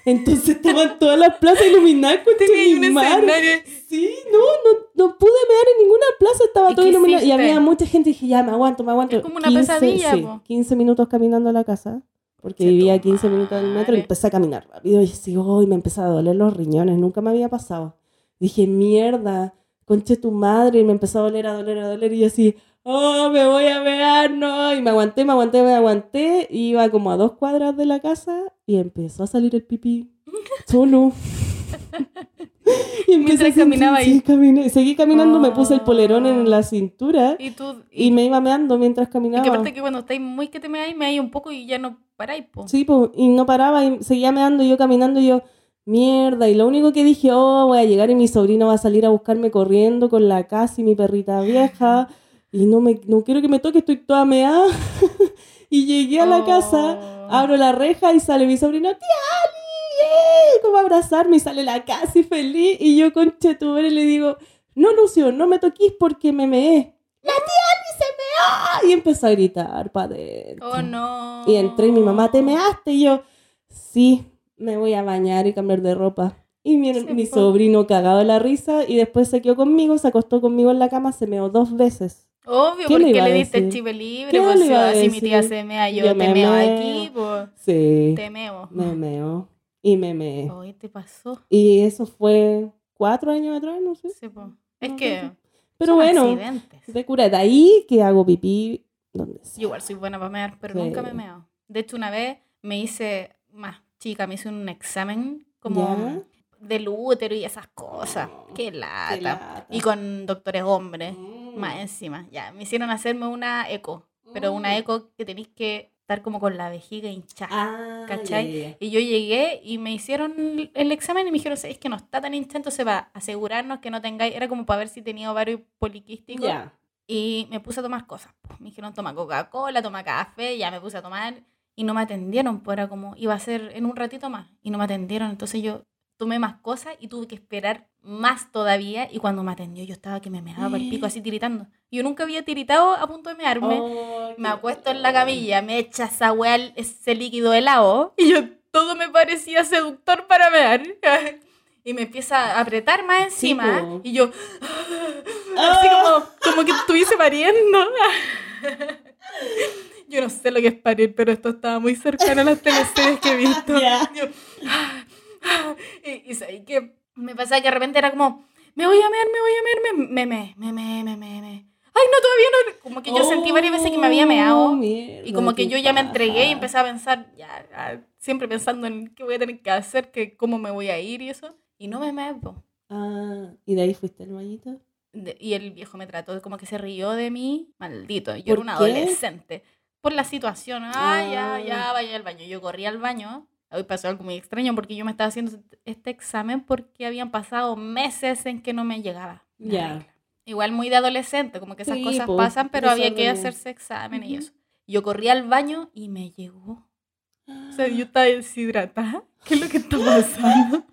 [SPEAKER 2] Entonces estaban todas las plazas iluminadas con
[SPEAKER 1] Tenía un
[SPEAKER 2] madre.
[SPEAKER 1] escenario.
[SPEAKER 2] Sí, no, no, no pude mear en ninguna plaza, estaba
[SPEAKER 1] ¿Y
[SPEAKER 2] todo
[SPEAKER 1] qué
[SPEAKER 2] iluminado. Y
[SPEAKER 1] hiciste?
[SPEAKER 2] había mucha gente y dije, ya, me aguanto, me aguanto.
[SPEAKER 1] Es como una pesadilla,
[SPEAKER 2] sí,
[SPEAKER 1] po.
[SPEAKER 2] 15 minutos caminando a la casa, porque
[SPEAKER 1] Che, tu
[SPEAKER 2] vivía a 15 minutos del metro
[SPEAKER 1] madre.
[SPEAKER 2] y empecé a caminar rápido. Y sí, hoy me empezaba a doler los riñones, nunca me había pasado. Dije, mierda, conche tu madre, y me empezó a doler, a doler, a doler, y yo así, oh, me voy a mear, no. Y me aguanté, me aguanté, me aguanté, y iba como a dos cuadras de la casa y empezó a salir el pipí solo. y empecé
[SPEAKER 1] Mientras
[SPEAKER 2] a sentir-
[SPEAKER 1] caminaba ahí.
[SPEAKER 2] sí, caminé. Seguí caminando, me puse el
[SPEAKER 1] Oh.
[SPEAKER 2] polerón en la cintura
[SPEAKER 1] Y tú.
[SPEAKER 2] y me iba meando mientras
[SPEAKER 1] y que
[SPEAKER 2] caminaba.
[SPEAKER 1] aparte que cuando estáis muy que te me ahí, me un poco y ya no paráis, po.
[SPEAKER 2] Sí, po, y no paraba, y seguía meando, y yo caminando, y yo, mierda. Y lo único que dije, oh, voy a llegar y mi sobrino va a salir a buscarme corriendo con la casa y mi perrita vieja. Y no, me, no quiero que me toque, estoy toda meada. y llegué a la casa,
[SPEAKER 1] Oh.
[SPEAKER 2] abro la reja y sale mi sobrino, tía Ali, ¡eh! como a abrazarme, y sale la casa y feliz. Y yo con y le digo, no, Lucio, no me toquís porque me meé. ¡La tía Ali se meó! Y empezó a gritar para adentro.
[SPEAKER 1] Oh, no.
[SPEAKER 2] Y entré y mi mamá, ¿te measte? Y yo, sí, me voy a bañar y cambiar de ropa. Y mi,
[SPEAKER 1] Se
[SPEAKER 2] mi
[SPEAKER 1] fue.
[SPEAKER 2] sobrino cagado de la risa y después se quedó conmigo, se acostó conmigo en la cama, se meó dos veces.
[SPEAKER 1] Obvio,
[SPEAKER 2] ¿Qué le
[SPEAKER 1] porque
[SPEAKER 2] iba a
[SPEAKER 1] le diste el
[SPEAKER 2] decir?
[SPEAKER 1] chive libre,
[SPEAKER 2] ¿Qué
[SPEAKER 1] pues
[SPEAKER 2] le
[SPEAKER 1] si
[SPEAKER 2] iba a
[SPEAKER 1] así mi tía
[SPEAKER 2] decir?
[SPEAKER 1] se mea, yo,
[SPEAKER 2] Yo
[SPEAKER 1] te
[SPEAKER 2] me
[SPEAKER 1] meo
[SPEAKER 2] meo.
[SPEAKER 1] aquí, pues.
[SPEAKER 2] Sí,
[SPEAKER 1] Te meo.
[SPEAKER 2] me meó y me meé.
[SPEAKER 1] Oye, te pasó.
[SPEAKER 2] Y eso fue cuatro años atrás, no sé.
[SPEAKER 1] Sí, po. Es
[SPEAKER 2] No,
[SPEAKER 1] que.
[SPEAKER 2] no Pero
[SPEAKER 1] son
[SPEAKER 2] bueno,
[SPEAKER 1] accidentes.
[SPEAKER 2] de cura, de ahí que hago pipí, donde
[SPEAKER 1] Yo igual soy buena para mear, pero
[SPEAKER 2] Sí.
[SPEAKER 1] nunca me he meado. De hecho, una vez me hice, más chica, me hice un examen como
[SPEAKER 2] Ya. Oh,
[SPEAKER 1] del útero y esas cosas. Qué lata.
[SPEAKER 2] lata.
[SPEAKER 1] ah, Y con doctores hombres,
[SPEAKER 2] Mm.
[SPEAKER 1] más encima. Ya, me hicieron hacerme una eco, pero una
[SPEAKER 2] Mm.
[SPEAKER 1] eco que tenéis que estar como con la vejiga hinchada.
[SPEAKER 2] Ah,
[SPEAKER 1] ¿Cachai?
[SPEAKER 2] ya, ya, ya.
[SPEAKER 1] Y yo llegué y me hicieron el examen y me dijeron, es que no está tan hinchado, entonces para asegurarnos que no tengáis, era como para ver si tenía ovario poliquístico.
[SPEAKER 2] Ya.
[SPEAKER 1] Y me puse a tomar cosas. po. Me dijeron, toma Coca-Cola, toma café, ya me puse a tomar. Y no me atendieron, pues era como, iba a ser en un ratito más. Y no me atendieron, entonces yo tomé más cosas y tuve que esperar más todavía. Y cuando me atendió, yo estaba que me meaba por el pico así tiritando. Yo nunca había tiritado a punto de mearme.
[SPEAKER 2] Ay,
[SPEAKER 1] Me
[SPEAKER 2] Oh, qué
[SPEAKER 1] acuesto en la
[SPEAKER 2] dolor.
[SPEAKER 1] camilla, me echa esa weá, el- ese líquido helado, y yo todo me parecía seductor para mear. Y me empieza a apretar más
[SPEAKER 2] Sí,
[SPEAKER 1] encima,
[SPEAKER 2] po.
[SPEAKER 1] y yo. Así como, como que estuviese pariendo. Yo no sé lo que es parir, pero esto estaba muy cercano a las teleseries que he visto.
[SPEAKER 2] Ya.
[SPEAKER 1] Yo, y, y sabí que me pasaba que de repente era como, me voy a mear, me voy a mear, me me me me me me me me. ay, no, todavía no. Como que yo sentí varias veces que me había meado.
[SPEAKER 2] Oh, mierda,
[SPEAKER 1] Y como que
[SPEAKER 2] ¿qué
[SPEAKER 1] yo ya me
[SPEAKER 2] pasa?
[SPEAKER 1] entregué y empecé a pensar, ya, ya, siempre pensando en qué voy a tener que hacer, que cómo me voy a ir y eso. Y no me meé, po.
[SPEAKER 2] Ah, y de ahí fuiste al bañito.
[SPEAKER 1] De- Y el viejo me trató, como que se rió de mí, maldito. Yo
[SPEAKER 2] ¿Por
[SPEAKER 1] era una
[SPEAKER 2] qué?
[SPEAKER 1] adolescente. Por la situación, ah,
[SPEAKER 2] Ah.
[SPEAKER 1] ya, ya, vaya al baño. Yo corrí al baño. Hoy pasó algo muy extraño porque yo me estaba haciendo este examen porque habían pasado meses en que no me llegaba. la
[SPEAKER 2] Ya.
[SPEAKER 1] regla. Igual muy de adolescente, como que esas
[SPEAKER 2] Sí,
[SPEAKER 1] cosas
[SPEAKER 2] po,
[SPEAKER 1] pasan, pero había que
[SPEAKER 2] desórdenes.
[SPEAKER 1] hacerse examen y
[SPEAKER 2] Ujú.
[SPEAKER 1] eso. Yo corrí al baño y me llegó. O sea,
[SPEAKER 2] Ah.
[SPEAKER 1] yo estaba deshidratada. ¿Qué es lo que está pasando?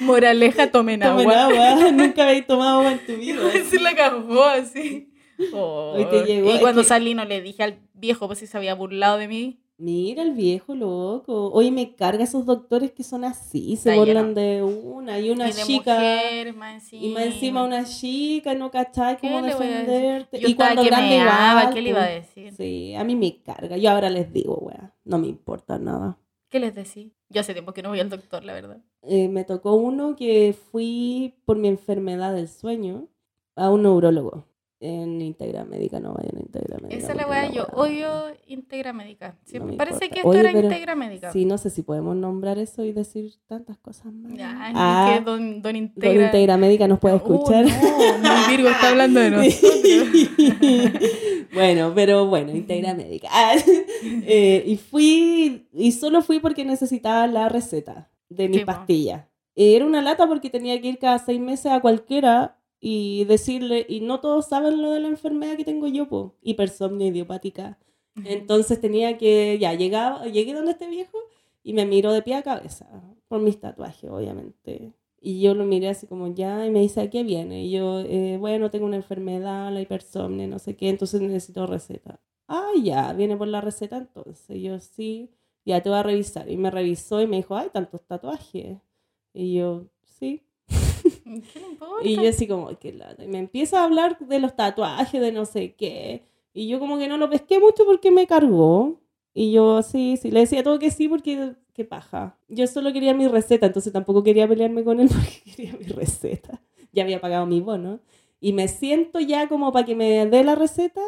[SPEAKER 1] Moraleja, tomen
[SPEAKER 2] Tomen
[SPEAKER 1] agua.
[SPEAKER 2] agua, nunca habéis tomado agua en tu vida.
[SPEAKER 1] Se la cagó así.
[SPEAKER 2] Hoy te llegó,
[SPEAKER 1] y
[SPEAKER 2] es
[SPEAKER 1] cuando
[SPEAKER 2] que-
[SPEAKER 1] salí no le dije al viejo pues si se había burlado de mí.
[SPEAKER 2] Mira el viejo loco. Oye, me carga esos doctores que son así, se
[SPEAKER 1] Está
[SPEAKER 2] burlan de una y una
[SPEAKER 1] y de
[SPEAKER 2] chica.
[SPEAKER 1] mujeres, más encima.
[SPEAKER 2] Y más encima una chica, no cachai
[SPEAKER 1] ¿Qué
[SPEAKER 2] cómo
[SPEAKER 1] le voy a decir?
[SPEAKER 2] defenderte.
[SPEAKER 1] Yo
[SPEAKER 2] y cuando
[SPEAKER 1] estaba que
[SPEAKER 2] grande
[SPEAKER 1] meaba,
[SPEAKER 2] igual,
[SPEAKER 1] ¿qué le iba a
[SPEAKER 2] pues.
[SPEAKER 1] decir?
[SPEAKER 2] Sí, a mí me carga. Yo ahora les digo, weá, no me importa nada.
[SPEAKER 1] ¿Qué les decía? Yo hace tiempo que no voy al doctor, la verdad.
[SPEAKER 2] Eh, me tocó uno que fui por mi enfermedad del sueño a un neurólogo. En Integra Médica, no vayan a Integra Médica.
[SPEAKER 1] Esa es la
[SPEAKER 2] porque
[SPEAKER 1] weá, yo
[SPEAKER 2] weá-
[SPEAKER 1] odio Integra Médica. Siempre-
[SPEAKER 2] me
[SPEAKER 1] parece
[SPEAKER 2] importa.
[SPEAKER 1] que esto
[SPEAKER 2] Oye,
[SPEAKER 1] era
[SPEAKER 2] pero-
[SPEAKER 1] Integra Médica.
[SPEAKER 2] Sí, no sé si podemos nombrar eso y decir tantas cosas más.
[SPEAKER 1] Ya, ni
[SPEAKER 2] Ah,
[SPEAKER 1] que don, don
[SPEAKER 2] Don
[SPEAKER 1] Integra.
[SPEAKER 2] Integra Médica nos puede
[SPEAKER 1] Uh,
[SPEAKER 2] escuchar.
[SPEAKER 1] no, no, Virgo está hablando de nosotros.
[SPEAKER 2] bueno, pero bueno, integra médica. Ah, eh, y fui, y solo fui porque necesitaba la receta de mi
[SPEAKER 1] Sí, po.
[SPEAKER 2] pastilla. Era una lata porque tenía que ir cada seis meses a cualquiera y decirle, y no todos saben lo de la enfermedad que tengo yo, po, hipersomnia idiopática. Entonces tenía que, ya, llegaba, llegué donde este viejo y me miró de pie a cabeza, por mis tatuajes, obviamente. Y yo lo miré así como ya, y me dice, ¿a qué viene? Y yo, eh, bueno, tengo una enfermedad, la hipersomnia, no sé qué, entonces necesito receta. Ah, ya, viene por la receta entonces. Y yo, sí, ya te voy a revisar. Y me revisó y me dijo, ay, tantos tatuajes. Y yo, sí.
[SPEAKER 1] ¿Qué le importa?
[SPEAKER 2] Y yo así como, "Ay, qué lata. Y me empieza a hablar de los tatuajes, de no sé qué. Y yo como que no lo pesqué mucho porque me cargó. Y yo sí, sí, le decía todo que sí porque qué paja. Yo solo quería mi receta, entonces tampoco quería pelearme con él porque quería mi receta. Ya había pagado mi bono. Y me siento ya como para que me dé la receta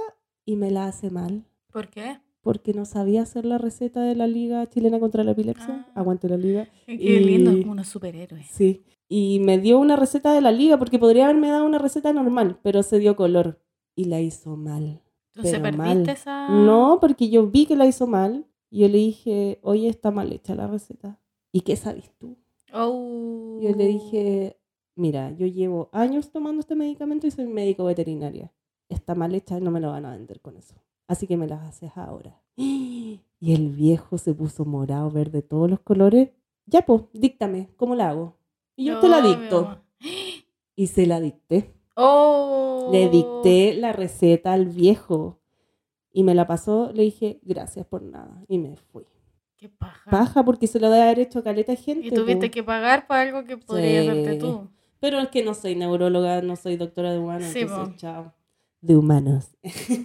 [SPEAKER 2] y me la hace mal.
[SPEAKER 1] ¿Por qué?
[SPEAKER 2] Porque no sabía hacer la receta de la Liga Chilena contra la Epilepsia.
[SPEAKER 1] Ah.
[SPEAKER 2] Aguante la Liga.
[SPEAKER 1] Qué
[SPEAKER 2] Y-
[SPEAKER 1] lindo, es como unos superhéroes.
[SPEAKER 2] Sí. Y me dio una receta de la liga, porque podría haberme dado una receta normal, pero se dio color. Y la hizo mal.
[SPEAKER 1] Entonces
[SPEAKER 2] pero
[SPEAKER 1] perdiste
[SPEAKER 2] mal.
[SPEAKER 1] esa.
[SPEAKER 2] No, porque yo vi que la hizo mal. Y yo le dije, oye, está mal hecha la receta. ¿Y qué sabes tú?
[SPEAKER 1] Oh.
[SPEAKER 2] Yo le dije, mira, yo llevo años tomando este medicamento y soy médico veterinaria. Está mal hecha, no me lo van a vender con eso. Así que me las haces ahora. Y el viejo se puso morado, verde, todos los colores. Ya, pues, díctame, ¿cómo la hago? Y yo te la
[SPEAKER 1] No, mi
[SPEAKER 2] dicto.
[SPEAKER 1] mamá.
[SPEAKER 2] Y se la dicté.
[SPEAKER 1] Oh.
[SPEAKER 2] Le dicté la receta al viejo. Y me la pasó, le dije, gracias por nada. Y me fui.
[SPEAKER 1] Qué paja.
[SPEAKER 2] Paja, porque se lo debe haber hecho caleta de gente.
[SPEAKER 1] Ah. Y tuviste
[SPEAKER 2] po.
[SPEAKER 1] que pagar para algo que podrías
[SPEAKER 2] Sí.
[SPEAKER 1] hacerte tú.
[SPEAKER 2] Pero es que no soy neuróloga, no soy doctora de humanos,
[SPEAKER 1] Sí,
[SPEAKER 2] entonces,
[SPEAKER 1] po. Ah,
[SPEAKER 2] chao. De humanos.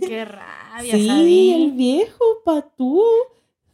[SPEAKER 1] Qué rabia,
[SPEAKER 2] sí,
[SPEAKER 1] ¿sabí?
[SPEAKER 2] el viejo patú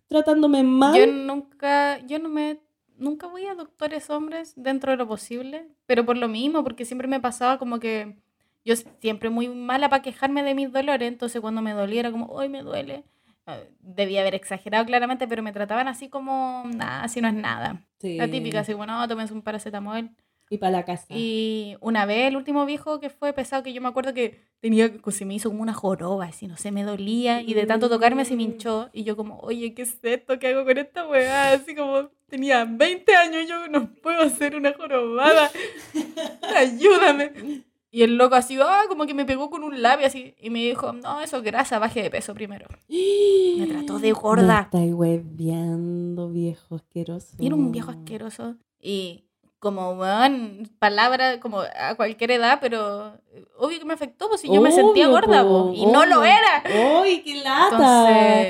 [SPEAKER 2] tratándome mal.
[SPEAKER 1] Yo nunca, yo no me, nunca voy a doctores hombres dentro de lo posible, pero por lo mismo, porque siempre me pasaba como que yo siempre muy mala para quejarme de mis dolores, entonces cuando me doliera como, hoy me duele, Ah, debía haber exagerado claramente, pero me trataban así como, nada, así no es nada.
[SPEAKER 2] Sí.
[SPEAKER 1] La típica, así como, no, tomes un paracetamol.
[SPEAKER 2] Y para la casa.
[SPEAKER 1] Y una vez, el último viejo que fue pesado, que yo me acuerdo que tenía, que se me hizo como una joroba, así, no sé, me dolía, y de tanto tocarme se me
[SPEAKER 2] Mm.
[SPEAKER 1] hinchó, y yo como, oye, ¿qué es esto? ¿Qué hago con esta weá? Así como, tenía 20 años, yo no puedo hacer una jorobada, ayúdame. Y el loco así, ah, como que me pegó con un labio así, y me dijo, no, eso es grasa, baje de peso primero.
[SPEAKER 2] Me
[SPEAKER 1] trató de gorda.
[SPEAKER 2] Me estáis hueveando, viejo asqueroso.
[SPEAKER 1] Y era un viejo
[SPEAKER 2] Mm.
[SPEAKER 1] asqueroso. Y como, weón, palabra como a cualquier edad, pero eh, obvio que me afectó, pues si yo me sentía
[SPEAKER 2] Obvio,
[SPEAKER 1] gorda,
[SPEAKER 2] po,
[SPEAKER 1] po, y no lo
[SPEAKER 2] obvio.
[SPEAKER 1] era.
[SPEAKER 2] ¡Ay, qué lata!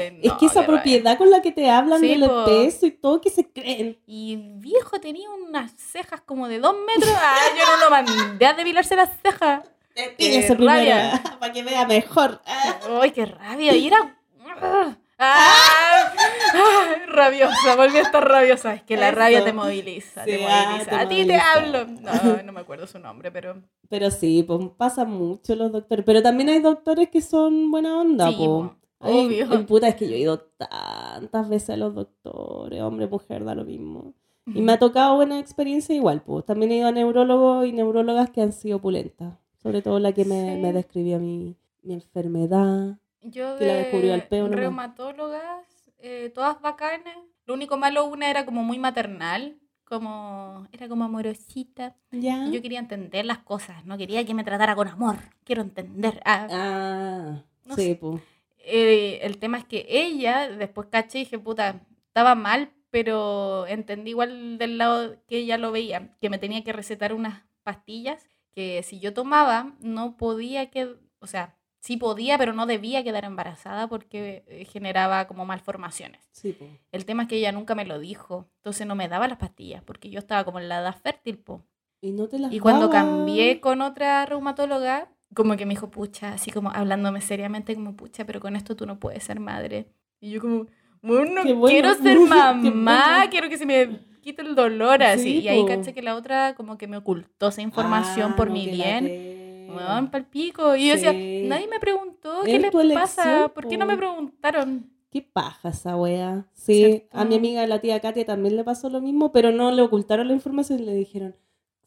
[SPEAKER 1] Entonces,
[SPEAKER 2] es
[SPEAKER 1] no,
[SPEAKER 2] que esa
[SPEAKER 1] qué rabia.
[SPEAKER 2] propiedad con la que te hablan
[SPEAKER 1] Sí,
[SPEAKER 2] del
[SPEAKER 1] po.
[SPEAKER 2] peso y todo que se creen.
[SPEAKER 1] Y el viejo tenía unas cejas como de dos metros. Ah, yo no lo mandé a depilarse las cejas.
[SPEAKER 2] Depíllese primero
[SPEAKER 1] rabia.
[SPEAKER 2] para que vea mejor.
[SPEAKER 1] Ay, qué rabia. Y era. Ah, ah, rabiosa, volví a estar rabiosa. Es que la
[SPEAKER 2] Eso.
[SPEAKER 1] rabia te moviliza, te
[SPEAKER 2] Sí, ah,
[SPEAKER 1] moviliza.
[SPEAKER 2] te
[SPEAKER 1] a ti te
[SPEAKER 2] moviliza.
[SPEAKER 1] hablo. No, no me acuerdo su nombre, pero
[SPEAKER 2] Pero sí, pues pasa mucho los doctores. Pero también hay doctores que son buena onda,
[SPEAKER 1] Sí,
[SPEAKER 2] po.
[SPEAKER 1] po,
[SPEAKER 2] Ay,
[SPEAKER 1] obvio.
[SPEAKER 2] ay, puta, es que yo he ido tantas veces a los doctores, hombre, mujer, da lo mismo. Y me ha tocado buena experiencia igual, pues. También he ido a neurólogos y neurólogas que han sido opulentas. Sobre todo la que me,
[SPEAKER 1] Sí.
[SPEAKER 2] me describía mi, mi enfermedad.
[SPEAKER 1] yo
[SPEAKER 2] que
[SPEAKER 1] de
[SPEAKER 2] la descubrió el peo nomás.
[SPEAKER 1] reumatólogas, eh, todas bacanas. Lo único malo, una era como muy maternal, como era como amorosita.
[SPEAKER 2] Ya.
[SPEAKER 1] Y Yo quería entender las cosas, no quería que me tratara con amor, quiero entender. Ah,
[SPEAKER 2] Ah,
[SPEAKER 1] No
[SPEAKER 2] sí,
[SPEAKER 1] sé.
[SPEAKER 2] pues.
[SPEAKER 1] eh, el tema es que ella, después caché y dije, puta, estaba mal, pero entendí igual del lado que ella lo veía, que me tenía que recetar unas pastillas que si yo tomaba no podía que, o sea, sí podía, pero no debía quedar embarazada porque eh, generaba como malformaciones.
[SPEAKER 2] Sí, pues.
[SPEAKER 1] El tema es que ella nunca me lo dijo, entonces no me daba las pastillas porque yo estaba como en la edad fértil, po.
[SPEAKER 2] Y no te las
[SPEAKER 1] Y cuando
[SPEAKER 2] daba.
[SPEAKER 1] cambié con otra reumatóloga, como que me dijo, pucha, así como hablándome seriamente, como, pucha, pero con esto tú no puedes ser madre. Y yo como, bueno,
[SPEAKER 2] Qué bueno,
[SPEAKER 1] quiero ser
[SPEAKER 2] qué
[SPEAKER 1] mamá,
[SPEAKER 2] bueno.
[SPEAKER 1] quiero que se me quite el dolor así.
[SPEAKER 2] Sí,
[SPEAKER 1] y ahí
[SPEAKER 2] po.
[SPEAKER 1] caché que la otra como que me ocultó esa información
[SPEAKER 2] Ah,
[SPEAKER 1] por
[SPEAKER 2] no
[SPEAKER 1] mi
[SPEAKER 2] te la
[SPEAKER 1] bien.
[SPEAKER 2] creo.
[SPEAKER 1] Weón, palpico. Y yo decía,
[SPEAKER 2] Sí.
[SPEAKER 1] nadie me preguntó,
[SPEAKER 2] Es
[SPEAKER 1] ¿qué les
[SPEAKER 2] tu elección,
[SPEAKER 1] pasa? ¿Por qué no
[SPEAKER 2] po.
[SPEAKER 1] me preguntaron?
[SPEAKER 2] Qué paja esa wea. Sí,
[SPEAKER 1] ¿Cierto?
[SPEAKER 2] a mi amiga, la tía Katia, también le pasó lo mismo, pero no le ocultaron la información y le dijeron,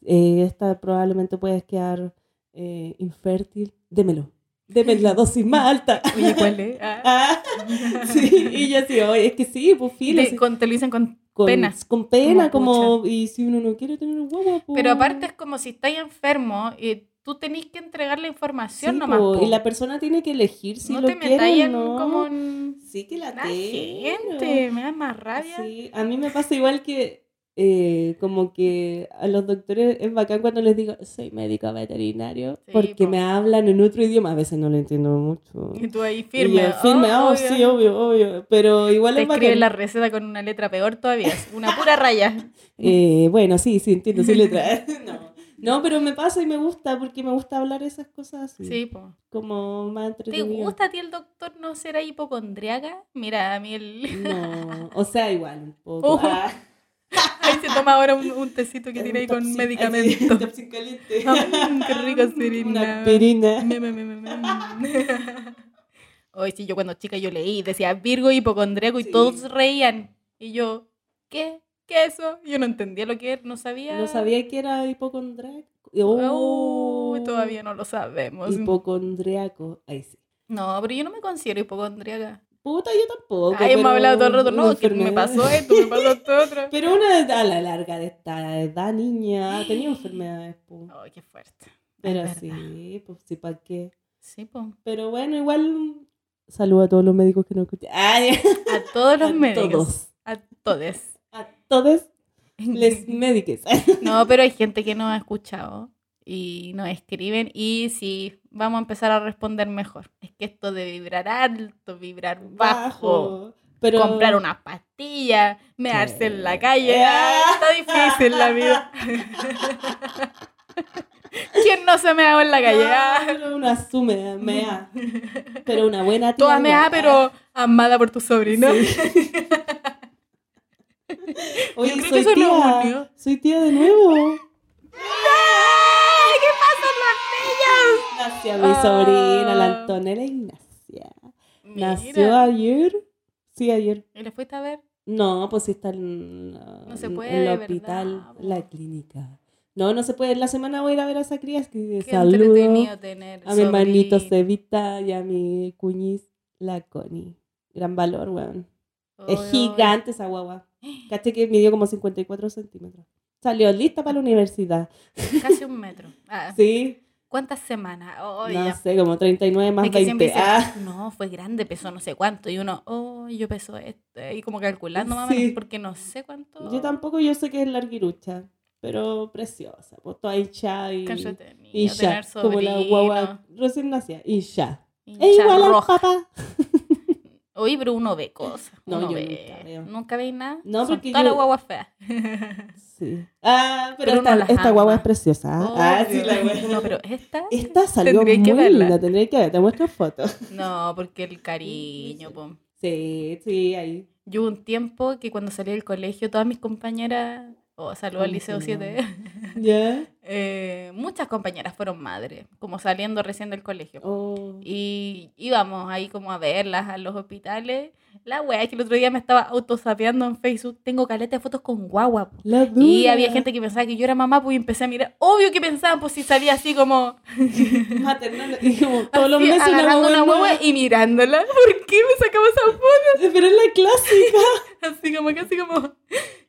[SPEAKER 2] eh, esta probablemente puedes quedar eh, infértil, démelo, déme la dosis más alta.
[SPEAKER 1] Oye, ¿cuál es? Ah.
[SPEAKER 2] Ah, sí, y yo así, oye, es que sí, pues filo,
[SPEAKER 1] De-
[SPEAKER 2] sí,
[SPEAKER 1] con- te lo dicen con
[SPEAKER 2] con
[SPEAKER 1] pena.
[SPEAKER 2] Con pena,
[SPEAKER 1] Como
[SPEAKER 2] como, y si uno no quiere tener un huevo, pues...
[SPEAKER 1] Pero aparte es como si estáis enfermo y tú tenés que entregar la información
[SPEAKER 2] Sí,
[SPEAKER 1] nomás.
[SPEAKER 2] po,
[SPEAKER 1] po.
[SPEAKER 2] y la persona tiene que elegir si
[SPEAKER 1] no
[SPEAKER 2] lo
[SPEAKER 1] te metáis
[SPEAKER 2] quiere o
[SPEAKER 1] en
[SPEAKER 2] no.
[SPEAKER 1] como en...
[SPEAKER 2] Sí que la
[SPEAKER 1] La
[SPEAKER 2] quiero.
[SPEAKER 1] gente, me da más rabia.
[SPEAKER 2] Sí, a mí me pasa igual que eh, como que a los doctores es bacán cuando les digo soy médico veterinario
[SPEAKER 1] Sí,
[SPEAKER 2] porque
[SPEAKER 1] po.
[SPEAKER 2] me hablan en otro idioma, a veces no lo entiendo mucho.
[SPEAKER 1] Y tú ahí
[SPEAKER 2] Y
[SPEAKER 1] firme.
[SPEAKER 2] yo, firme,
[SPEAKER 1] oh,
[SPEAKER 2] oh,
[SPEAKER 1] obvio.
[SPEAKER 2] sí, obvio, obvio, pero igual
[SPEAKER 1] Te
[SPEAKER 2] es
[SPEAKER 1] escribe
[SPEAKER 2] bacán.
[SPEAKER 1] la receta con una letra peor todavía, es una pura raya.
[SPEAKER 2] Eh, bueno, sí, sí, entiendo su letra. no. no, pero me pasa y me gusta porque me gusta hablar esas cosas así,
[SPEAKER 1] Sí, po.
[SPEAKER 2] como más
[SPEAKER 1] ¿Te
[SPEAKER 2] entretenido.
[SPEAKER 1] gusta a ti el doctor no será hipocondriaca? Mira, a mí el...
[SPEAKER 2] No, o sea, igual un poco.
[SPEAKER 1] Oh.
[SPEAKER 2] Ah,
[SPEAKER 1] Ahí se toma ahora un, un tecito que
[SPEAKER 2] un
[SPEAKER 1] tiene ahí con
[SPEAKER 2] Topsin-
[SPEAKER 1] medicamento.
[SPEAKER 2] Topsin caliente.
[SPEAKER 1] Mm, qué rico,
[SPEAKER 2] Una
[SPEAKER 1] Serena.
[SPEAKER 2] aspirina.
[SPEAKER 1] Me, me, me, me, me. Hoy sí, yo cuando chica yo leí, decía Virgo hipocondriaco y
[SPEAKER 2] Sí.
[SPEAKER 1] todos reían. Y yo, ¿qué? ¿Qué es eso? Yo no entendía lo que era, no sabía.
[SPEAKER 2] No sabía que era hipocondriaco.
[SPEAKER 1] Oh,
[SPEAKER 2] Oh,
[SPEAKER 1] todavía no lo sabemos.
[SPEAKER 2] Hipocondriaco. Ahí sí.
[SPEAKER 1] no, pero yo no me considero hipocondriaca.
[SPEAKER 2] Puta, yo tampoco.
[SPEAKER 1] Ahí hemos
[SPEAKER 2] pero
[SPEAKER 1] hablado todo el rato,
[SPEAKER 2] una
[SPEAKER 1] no, que me
[SPEAKER 2] enfermedad.
[SPEAKER 1] pasó esto, me pasó esto otro.
[SPEAKER 2] Pero una a la larga de esta edad, niña, tenía enfermedades. po.
[SPEAKER 1] Ay, qué fuerte. Es
[SPEAKER 2] Pero
[SPEAKER 1] verdad.
[SPEAKER 2] sí, pues sí, ¿para qué?
[SPEAKER 1] Sí, po.
[SPEAKER 2] Pero bueno, igual. Saludo a todos los médicos que nos escuchan. Ay,
[SPEAKER 1] A todos los
[SPEAKER 2] a
[SPEAKER 1] médicos.
[SPEAKER 2] todos.
[SPEAKER 1] A todos.
[SPEAKER 2] A todos les médicos.
[SPEAKER 1] No, pero hay gente que no ha escuchado y nos escriben y sí, vamos a empezar a responder mejor. Es que esto de vibrar alto, vibrar bajo,
[SPEAKER 2] Pero...
[SPEAKER 1] comprar unas pastillas, mearse en la calle,
[SPEAKER 2] Eh.
[SPEAKER 1] ah, está difícil la vida. ¿Quién no se mea en la calle?
[SPEAKER 2] No,
[SPEAKER 1] Ah,
[SPEAKER 2] pero una sume, mea. Pero una buena tía.
[SPEAKER 1] Toda mea,
[SPEAKER 2] igual.
[SPEAKER 1] ah, pero amada por tu sobrino.
[SPEAKER 2] Oye,
[SPEAKER 1] Yo creo
[SPEAKER 2] soy
[SPEAKER 1] que eso
[SPEAKER 2] tía.
[SPEAKER 1] nos unió.
[SPEAKER 2] Soy tía de nuevo.
[SPEAKER 1] ¡Ay, ¿Qué pasan los
[SPEAKER 2] Nació mi
[SPEAKER 1] Ah.
[SPEAKER 2] sobrina, la Antonella Ignacia.
[SPEAKER 1] niños?
[SPEAKER 2] Nació
[SPEAKER 1] Mira,
[SPEAKER 2] ayer. Sí, ayer.
[SPEAKER 1] ¿Y les fuiste a ver?
[SPEAKER 2] No, pues sí está en, la-
[SPEAKER 1] No se
[SPEAKER 2] en-
[SPEAKER 1] puede,
[SPEAKER 2] en el
[SPEAKER 1] ¿verdad?
[SPEAKER 2] hospital,
[SPEAKER 1] Po.
[SPEAKER 2] la clínica. No, no se puede. En la semana voy a ir a ver a esa cría. así que
[SPEAKER 1] Qué
[SPEAKER 2] saludo
[SPEAKER 1] entretenido tener
[SPEAKER 2] a mi hermanito
[SPEAKER 1] sobrino.
[SPEAKER 2] Cevita y a mi cuñiz, la Connie. Gran valor, weón.
[SPEAKER 1] Oy,
[SPEAKER 2] Es
[SPEAKER 1] oy.
[SPEAKER 2] gigante esa guagua. Caché que midió como 54 centímetros. Salió lista para la universidad.
[SPEAKER 1] Casi un metro. Ah,
[SPEAKER 2] Sí,
[SPEAKER 1] ¿Cuántas semanas? Oh,
[SPEAKER 2] no
[SPEAKER 1] ya.
[SPEAKER 2] sé, como 39 más
[SPEAKER 1] Es que siempre
[SPEAKER 2] 20.
[SPEAKER 1] dicen,
[SPEAKER 2] Ah,
[SPEAKER 1] no, fue grande, pesó no sé cuánto. Y uno, oh, yo peso este. Y como calculando más o
[SPEAKER 2] Sí.
[SPEAKER 1] menos, porque no sé cuánto.
[SPEAKER 2] yo tampoco, yo sé que es larguirucha, pero preciosa. Pues toda hinchada y,
[SPEAKER 1] Cállate,
[SPEAKER 2] y
[SPEAKER 1] niño,
[SPEAKER 2] ya,
[SPEAKER 1] tener
[SPEAKER 2] como
[SPEAKER 1] sobrino.
[SPEAKER 2] la guagua recién nacida. Y ya.
[SPEAKER 1] hincha
[SPEAKER 2] Es igual al
[SPEAKER 1] roja.
[SPEAKER 2] papá.
[SPEAKER 1] Oye, pero uno ve cosas.
[SPEAKER 2] No,
[SPEAKER 1] uno
[SPEAKER 2] yo
[SPEAKER 1] ve.
[SPEAKER 2] nunca veo.
[SPEAKER 1] veis nada.
[SPEAKER 2] No,
[SPEAKER 1] Son
[SPEAKER 2] porque
[SPEAKER 1] todas
[SPEAKER 2] yo-
[SPEAKER 1] las guaguas feas.
[SPEAKER 2] Sí. Ah, pero,
[SPEAKER 1] Pero uno
[SPEAKER 2] esta,
[SPEAKER 1] las
[SPEAKER 2] esta guagua
[SPEAKER 1] ama.
[SPEAKER 2] es preciosa. Ah, sí,
[SPEAKER 1] Obvio.
[SPEAKER 2] la guagua.
[SPEAKER 1] No, pero esta.
[SPEAKER 2] Esta salió
[SPEAKER 1] Tendría
[SPEAKER 2] muy
[SPEAKER 1] que verla.
[SPEAKER 2] linda, tendría que ver, te muestro fotos.
[SPEAKER 1] No, porque el cariño, po.
[SPEAKER 2] Sí, sí, ahí.
[SPEAKER 1] Yo hubo un tiempo que cuando salí del colegio, todas mis compañeras, o saludo al
[SPEAKER 2] Ay,
[SPEAKER 1] liceo
[SPEAKER 2] qué
[SPEAKER 1] 7,
[SPEAKER 2] ¿Ya?
[SPEAKER 1] eh, muchas compañeras fueron madres, como saliendo recién del colegio.
[SPEAKER 2] Oh.
[SPEAKER 1] Y íbamos ahí como a verlas a los hospitales. La wea es que el otro día me estaba autosapeando en Facebook. Tengo caleta de fotos con guagua. po.
[SPEAKER 2] La dura.
[SPEAKER 1] Y había gente que pensaba que yo era mamá, pues y empecé a mirar. Obvio que pensaban, pues si salía así como
[SPEAKER 2] maternal. Y como todos los
[SPEAKER 1] así,
[SPEAKER 2] meses una
[SPEAKER 1] agarrando una
[SPEAKER 2] nueva.
[SPEAKER 1] guagua y mirándola. ¿Por qué me sacaba esa foto?
[SPEAKER 2] Pero es la clásica.
[SPEAKER 1] Así como, casi como,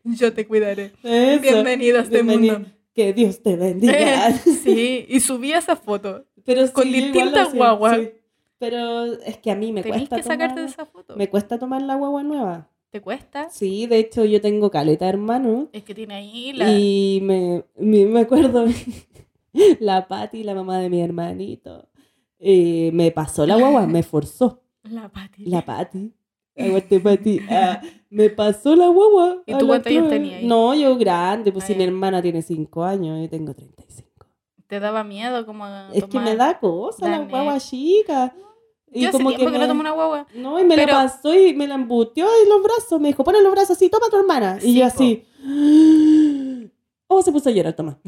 [SPEAKER 1] yo te cuidaré.
[SPEAKER 2] Eso.
[SPEAKER 1] Bienvenido a este
[SPEAKER 2] Bienvenido.
[SPEAKER 1] mundo.
[SPEAKER 2] Que Dios te bendiga.
[SPEAKER 1] Eh, sí, y subí esa foto.
[SPEAKER 2] Pero sí,
[SPEAKER 1] con
[SPEAKER 2] yo igual
[SPEAKER 1] distintas
[SPEAKER 2] lo hacía,
[SPEAKER 1] guaguas.
[SPEAKER 2] sí. Pero es que a mí me
[SPEAKER 1] Tenés
[SPEAKER 2] cuesta
[SPEAKER 1] que sacarte de
[SPEAKER 2] tomar-
[SPEAKER 1] esa foto.
[SPEAKER 2] Me cuesta tomar la guagua nueva.
[SPEAKER 1] ¿Te cuesta?
[SPEAKER 2] Sí, de hecho yo tengo caleta hermano.
[SPEAKER 1] Es que tiene ahí la...
[SPEAKER 2] Y me, me, me acuerdo, la Patti, la mamá de mi hermanito, eh, me pasó la guagua, me forzó.
[SPEAKER 1] La pati.
[SPEAKER 2] La Pati. Aguante, Pati. Ah, me pasó la guagua.
[SPEAKER 1] ¿Y
[SPEAKER 2] a
[SPEAKER 1] tú
[SPEAKER 2] la
[SPEAKER 1] cuántos años
[SPEAKER 2] otra vez.
[SPEAKER 1] tenías ahí?
[SPEAKER 2] No, yo grande, pues
[SPEAKER 1] Ah,
[SPEAKER 2] si mi
[SPEAKER 1] ya.
[SPEAKER 2] hermana tiene 5 años, yo tengo 35.
[SPEAKER 1] Te daba miedo como a
[SPEAKER 2] Es que me
[SPEAKER 1] tomar-
[SPEAKER 2] da cosa
[SPEAKER 1] da
[SPEAKER 2] la guagua
[SPEAKER 1] nervio.
[SPEAKER 2] chica. Y
[SPEAKER 1] Yo hace
[SPEAKER 2] como
[SPEAKER 1] tiempo que,
[SPEAKER 2] me-
[SPEAKER 1] no tomo una guagua.
[SPEAKER 2] No, y me
[SPEAKER 1] Pero-
[SPEAKER 2] la pasó y me la embuteó en los brazos. Me dijo, pon los brazos así, toma a tu hermana.
[SPEAKER 1] Sí,
[SPEAKER 2] y yo
[SPEAKER 1] po.
[SPEAKER 2] así. Oh, se puso a llorar, toma.